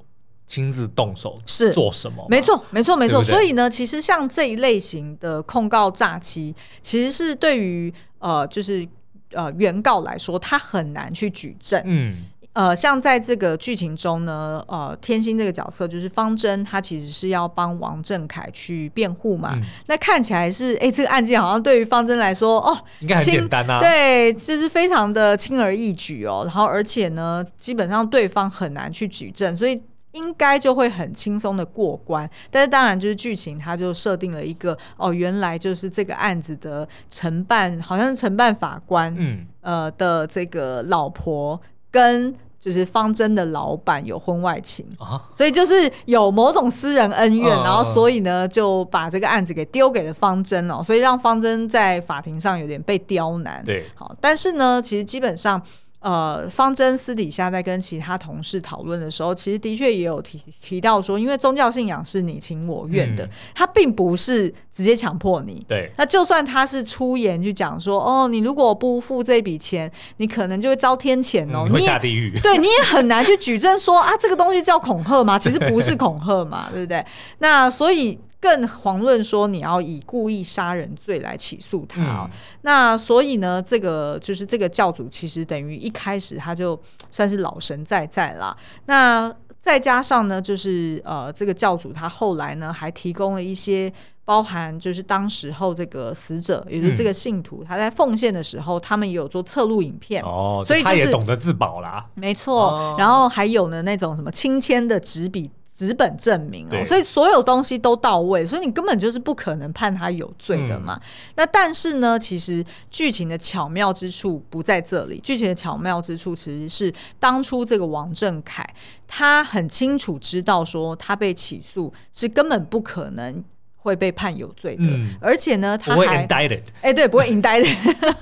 Speaker 1: 亲自动手
Speaker 2: 是
Speaker 1: 做什么嘛，
Speaker 2: 没错，没错，没错。
Speaker 1: 对不对
Speaker 2: 所以呢，其实像这一类型的控告诈欺，其实是对于呃，就是呃原告来说，他很难去举证。
Speaker 1: 嗯，
Speaker 2: 呃，像在这个剧情中呢，呃，天心这个角色就是方针，他其实是要帮王正凯去辩护嘛。
Speaker 1: 嗯
Speaker 2: 那看起来是，哎、这个案件好像对于方针来说，哦，
Speaker 1: 应该很
Speaker 2: 亲
Speaker 1: 简单啊，
Speaker 2: 对，就是非常的轻而易举哦。然后，而且呢，基本上对方很难去举证，所以。应该就会很轻松的过关，但是当然就是剧情，它就设定了一个哦，原来就是这个案子的承办，好像是承办法官、
Speaker 1: 嗯，
Speaker 2: 呃的这个老婆跟就是方针的老板有婚外情，
Speaker 1: 啊，
Speaker 2: 所以就是有某种私人恩怨，
Speaker 1: 嗯
Speaker 2: 然后所以呢就把这个案子给丢给了方针哦，所以让方针在法庭上有点被刁难。
Speaker 1: 对，
Speaker 2: 好，但是呢，其实基本上，呃，方针私底下在跟其他同事讨论的时候，其实的确也有提提到说，因为宗教信仰是你情我愿的，
Speaker 1: 嗯
Speaker 2: 他并不是直接强迫你。
Speaker 1: 对，
Speaker 2: 那就算他是出言去讲说，哦，你如果不付这笔钱，你可能就会遭天谴哦，
Speaker 1: 嗯你会
Speaker 2: 你
Speaker 1: 下
Speaker 2: 也
Speaker 1: 地狱，
Speaker 2: 对，你也很难去举证说啊，这个东西叫恐吓吗？其实不是恐吓嘛，对不对？那所以更遑论说你要以故意杀人罪来起诉他哦。
Speaker 1: 嗯
Speaker 2: 那所以呢，这个就是这个教主其实等于一开始他就算是老神在在啦。那再加上呢，就是呃，这个教主他后来呢还提供了一些包含就是当时候这个死者，也就是这个信徒、他在奉献的时候，他们也有做侧录影片。
Speaker 1: 哦，
Speaker 2: 所以
Speaker 1: 他
Speaker 2: 就是
Speaker 1: 也懂得自保啦，
Speaker 2: 没错，
Speaker 1: 哦
Speaker 2: 然后还有呢那种什么亲签的纸笔。纸本证明哦，
Speaker 1: 对
Speaker 2: 所以所有东西都到位，所以你根本就是不可能判他有罪的嘛。
Speaker 1: 嗯
Speaker 2: 那但是呢，其实剧情的巧妙之处不在这里，剧情的巧妙之处其实是当初这个王正凯他很清楚知道说他被起诉是根本不可能会被判有罪的，
Speaker 1: 嗯
Speaker 2: 而且呢，他
Speaker 1: 不会
Speaker 2: 还
Speaker 1: indicted，
Speaker 2: 哎、对，不会引呆的，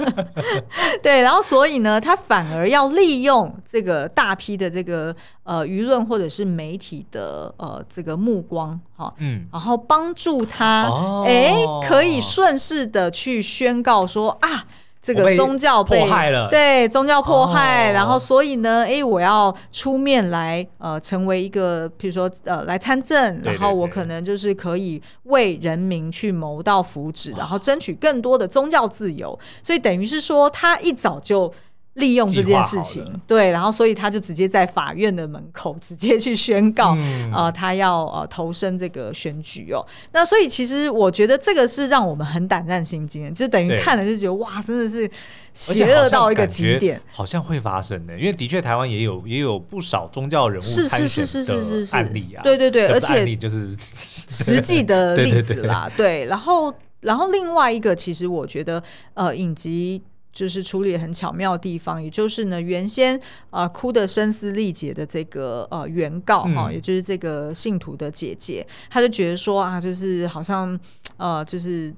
Speaker 2: 对，然后所以呢，他反而要利用这个大批的这个呃舆论或者是媒体的呃这个目光，哈、
Speaker 1: 嗯，
Speaker 2: 然后帮助他，哎、
Speaker 1: 哦
Speaker 2: 可以顺势的去宣告说啊。这
Speaker 1: 我
Speaker 2: 个
Speaker 1: 被
Speaker 2: 宗教被
Speaker 1: 迫害了
Speaker 2: 对宗教迫害，
Speaker 1: 哦
Speaker 2: 然后所以呢，哎，我要出面来，呃，成为一个，比如说，呃，来参政，
Speaker 1: 对
Speaker 2: 然后我
Speaker 1: 对
Speaker 2: 可能就是可以为人民去谋到福
Speaker 1: 哦
Speaker 2: 祉，然后争取更多的宗教自由，所以等于是说，他一早就利用这
Speaker 1: 计
Speaker 2: 件
Speaker 1: 划
Speaker 2: 事
Speaker 1: 好
Speaker 2: 情
Speaker 1: 了，
Speaker 2: 对，然后所以他就直接在法院的门口直接去宣告，
Speaker 1: 嗯
Speaker 2: 呃，他要呃投身这个选举哦。那所以其实我觉得这个是让我们很胆战心惊的，就等于
Speaker 1: 对
Speaker 2: 看了就觉得哇，真的是
Speaker 1: 而且
Speaker 2: 邪
Speaker 1: 好
Speaker 2: 恶
Speaker 1: 像
Speaker 2: 到一个
Speaker 1: 感
Speaker 2: 极
Speaker 1: 觉
Speaker 2: 点。
Speaker 1: 好像会发生的，因为的确台湾也有也有不少宗教人物
Speaker 2: 是
Speaker 1: 参
Speaker 2: 是
Speaker 1: 选
Speaker 2: 是是是是
Speaker 1: 的
Speaker 2: 是
Speaker 1: 案例啊，
Speaker 2: 对对对，
Speaker 1: 呃
Speaker 2: 而
Speaker 1: 不是案
Speaker 2: 且
Speaker 1: 例就是
Speaker 2: 实
Speaker 1: 实
Speaker 2: 际的
Speaker 1: 对对
Speaker 2: 例子
Speaker 1: 对
Speaker 2: 啦，对。然后，然后另外一个，其实我觉得，呃，影集就是处理得很巧妙的地方，也就是呢，原先呃哭得声嘶力竭的这个呃原告哈、
Speaker 1: 嗯
Speaker 2: 也就是这个信徒的姐姐，她就觉得说啊，就是好像呃，就是。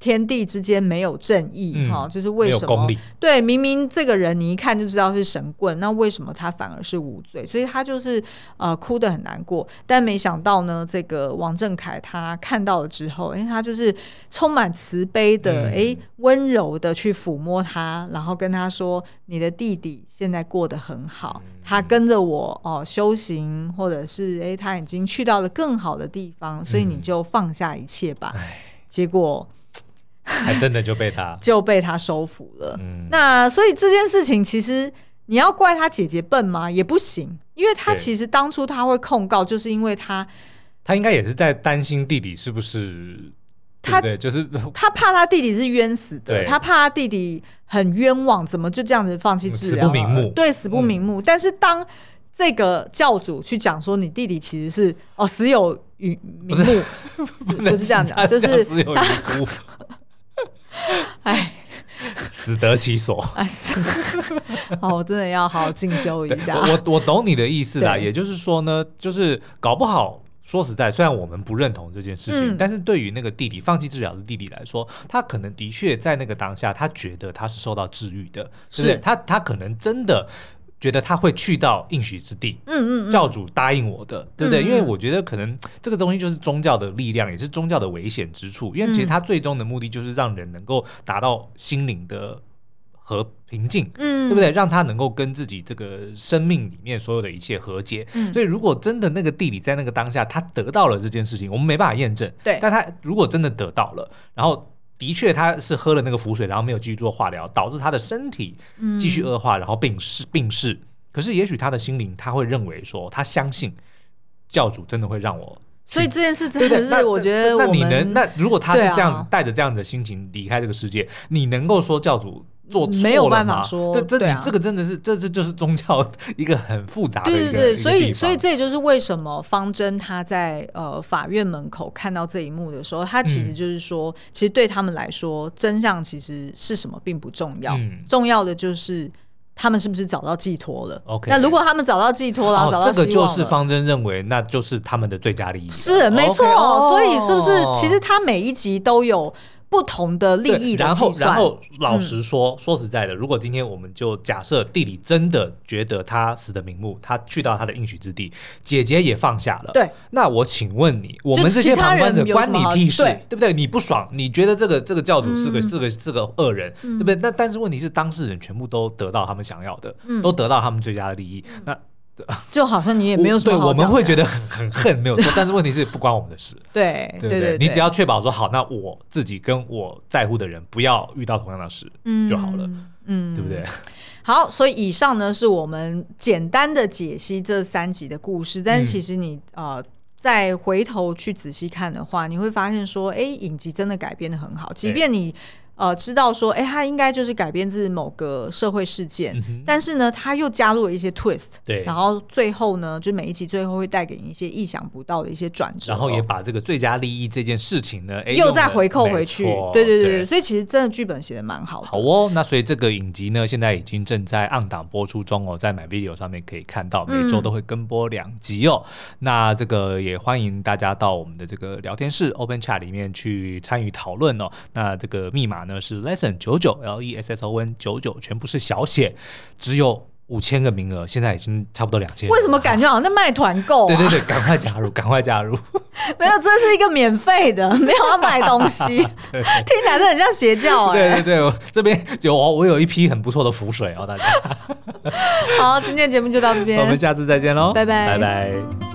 Speaker 2: 天地之间没有正义
Speaker 1: 嗯
Speaker 2: 哈、就是
Speaker 1: 没
Speaker 2: 为
Speaker 1: 有
Speaker 2: 什么
Speaker 1: 公理，
Speaker 2: 对，明明这个人你一看就知道是神棍，那为什么他反而是无罪？所以他就是呃哭得很难过，但没想到呢，这个王正凯他看到了之后，哎、他就是充满慈悲的，
Speaker 1: 嗯
Speaker 2: 哎、温柔的去抚摸他，然后跟他说：“你的弟弟现在过得很好，
Speaker 1: 嗯
Speaker 2: 他跟着我哦、修行，或者是哎、诶他已经去到了更好的地方，所以你
Speaker 1: 嗯
Speaker 2: 就放下一切吧。
Speaker 1: 唉
Speaker 2: 结果，
Speaker 1: 还哎真的就被他
Speaker 2: 就被他收服了。
Speaker 1: 嗯，
Speaker 2: 那所以这件事情，其实你要怪他姐姐笨吗？也不行，因为他
Speaker 1: 对
Speaker 2: 其实当初他会控告，就是因为他
Speaker 1: 他应该也是在担心弟弟是不是，对
Speaker 2: 他
Speaker 1: 不对？就是
Speaker 2: 他怕他弟弟是冤死的，
Speaker 1: 对
Speaker 2: 他怕他弟弟很冤枉，怎么就这样子放弃治
Speaker 1: 嗯死
Speaker 2: 疗了？
Speaker 1: 不瞑目嗯
Speaker 2: 对，死不瞑目。但是当这个教主去讲说你弟弟其实是哦死有余瞑目， 不是这样
Speaker 1: 他
Speaker 2: 讲，就
Speaker 1: 这样
Speaker 2: 是
Speaker 1: 死有余辜，
Speaker 2: 哎
Speaker 1: 死得其所。
Speaker 2: 哎， 是好，我真的要好好进修一下。
Speaker 1: 我我我懂你的意思啦，
Speaker 2: 对
Speaker 1: 也就是说呢，就是搞不好。说实在，虽然我们不认同这件事情，
Speaker 2: 嗯
Speaker 1: 但是对于那个弟弟放弃治疗的弟弟来说，他可能的确在那个当下，他觉得他是受到治愈的，
Speaker 2: 是
Speaker 1: 对不对他他可能真的觉得他会去到应许之地，
Speaker 2: 嗯嗯嗯，
Speaker 1: 教主答应我的，对不对？因为我觉得可能这个东西就是宗教的力量，也是宗教的危险之处。因为
Speaker 2: 嗯
Speaker 1: 其实它最终的目的就是让人能够达到心灵的和平静，
Speaker 2: 嗯，
Speaker 1: 对不对？让他能够跟自己这个生命里面所有的一切和解。
Speaker 2: 嗯
Speaker 1: 所以，如果真的那个地理在那个当下，他得到了这件事情，我们没办法验证。
Speaker 2: 对
Speaker 1: 但他如果真的得到了，然后。的确，他是喝了那个符水，然后没有继续做化疗，导致他的身体
Speaker 2: 嗯
Speaker 1: 继续恶化，然后病逝病逝。可是，也许他的心灵，他会认为说，他相信教主真的会让我。
Speaker 2: 所以这件事真的
Speaker 1: 那
Speaker 2: 是我觉得我
Speaker 1: 那
Speaker 2: 们
Speaker 1: 那你能？那如果他是
Speaker 2: 对啊
Speaker 1: 这样子带着这样的心情离开这个世界，你能够说教主做错了吗
Speaker 2: 没有办法说
Speaker 1: 这这
Speaker 2: 对
Speaker 1: 你
Speaker 2: 啊
Speaker 1: 这个真的是这这就是宗教一个很复杂的一
Speaker 2: 对
Speaker 1: 个
Speaker 2: 对对，
Speaker 1: 一个
Speaker 2: 所
Speaker 1: 地
Speaker 2: 以
Speaker 1: 方
Speaker 2: 所以这也就是为什么方针他在呃法院门口看到这一幕的时候，他其实
Speaker 1: 嗯
Speaker 2: 就是说，其实对他们来说，真相其实是什么并不重要，
Speaker 1: 嗯
Speaker 2: 重要的就是他们是不是找到寄托了。
Speaker 1: OK
Speaker 2: 那如果他们找到寄托了，找
Speaker 1: 哦
Speaker 2: 到，
Speaker 1: 这个
Speaker 2: 希
Speaker 1: 就
Speaker 2: 望
Speaker 1: 是
Speaker 2: 了
Speaker 1: 方针认为那就是他们的最佳利益了，
Speaker 2: 是没
Speaker 1: OK，
Speaker 2: 错，
Speaker 1: 哦
Speaker 2: 所以是不是其实他每一集都有不同的利
Speaker 1: 对
Speaker 2: 益的
Speaker 1: 然
Speaker 2: 计
Speaker 1: 后，然
Speaker 2: 算？嗯
Speaker 1: 后老实说，说实在的，如果今天我们就假设弟弟真的觉得他死的瞑目，他去到他的应许之地，姐姐也放下了，
Speaker 2: 对。
Speaker 1: 那我请问你，我们这些
Speaker 2: 其他
Speaker 1: 旁观者
Speaker 2: 人有什
Speaker 1: 关
Speaker 2: 么
Speaker 1: 你
Speaker 2: 好
Speaker 1: 屁事，不
Speaker 2: 对
Speaker 1: 对？你不爽，你觉得这个这个教主是个、
Speaker 2: 嗯
Speaker 1: 是个是个恶人，对不对？那但是问题是，当事人全部都得到他们想要的，
Speaker 2: 嗯
Speaker 1: 都得到他们最佳的利益，那
Speaker 2: 就好像你也没有什
Speaker 1: 对
Speaker 2: 么好
Speaker 1: 我
Speaker 2: 讲
Speaker 1: 们
Speaker 2: 的
Speaker 1: 会觉得很很恨，没有 错。但是问题是不关我们的事。
Speaker 2: 对
Speaker 1: 对不
Speaker 2: 对
Speaker 1: 你只要确保说好，那我自己跟我在乎的人不要遇到同样的事就好了，，
Speaker 2: 嗯
Speaker 1: 对不对？？
Speaker 2: 好，所以以上呢是我们简单的解析这三集的故事，但
Speaker 1: 嗯
Speaker 2: 其实你、呃。再回头去仔细看的话，你会发现说，哎、影集真的改编的很好。即便你呃知道说，哎、它应该就是改编自某个社会事件，
Speaker 1: 嗯哼
Speaker 2: 但是呢，它又加入了一些 twist，
Speaker 1: 对
Speaker 2: 然后最后呢，就每一集最后会带给你一些意想不到的一些转折哦，
Speaker 1: 然后也把这个最佳利益这件事情呢，哎，
Speaker 2: 又
Speaker 1: 用
Speaker 2: 再
Speaker 1: 得
Speaker 2: 回扣
Speaker 1: 没
Speaker 2: 回去
Speaker 1: 错。
Speaker 2: 对对对对，所以其实真的剧本写的蛮好的。
Speaker 1: 好哦，那所以这个影集呢，现在已经正在按档播出中哦，在 My Video 上面可以看到，每周
Speaker 2: 嗯
Speaker 1: 都会跟播两集哦。那这个也欢迎大家到我们的这个聊天室 Open Chat 里面去参与讨论哦。那这个密码呢是 Lesson 九九 L E S S O N 九九，全部是小写，只有五千个名额，现在已经差不多两千。
Speaker 2: 为什么感？觉好像在卖团购、啊？
Speaker 1: 对对对，赶快加 入，赶快加入！
Speaker 2: 没有，这是一个免费的，没有要卖东西，听起来真的很像邪教哎、
Speaker 1: 对对对，我这边有哦我有一批很不错的浮 水哦，大家，
Speaker 2: 好，今天节目就到这边，
Speaker 1: 我们下次再见喽，
Speaker 2: 拜拜
Speaker 1: 拜拜。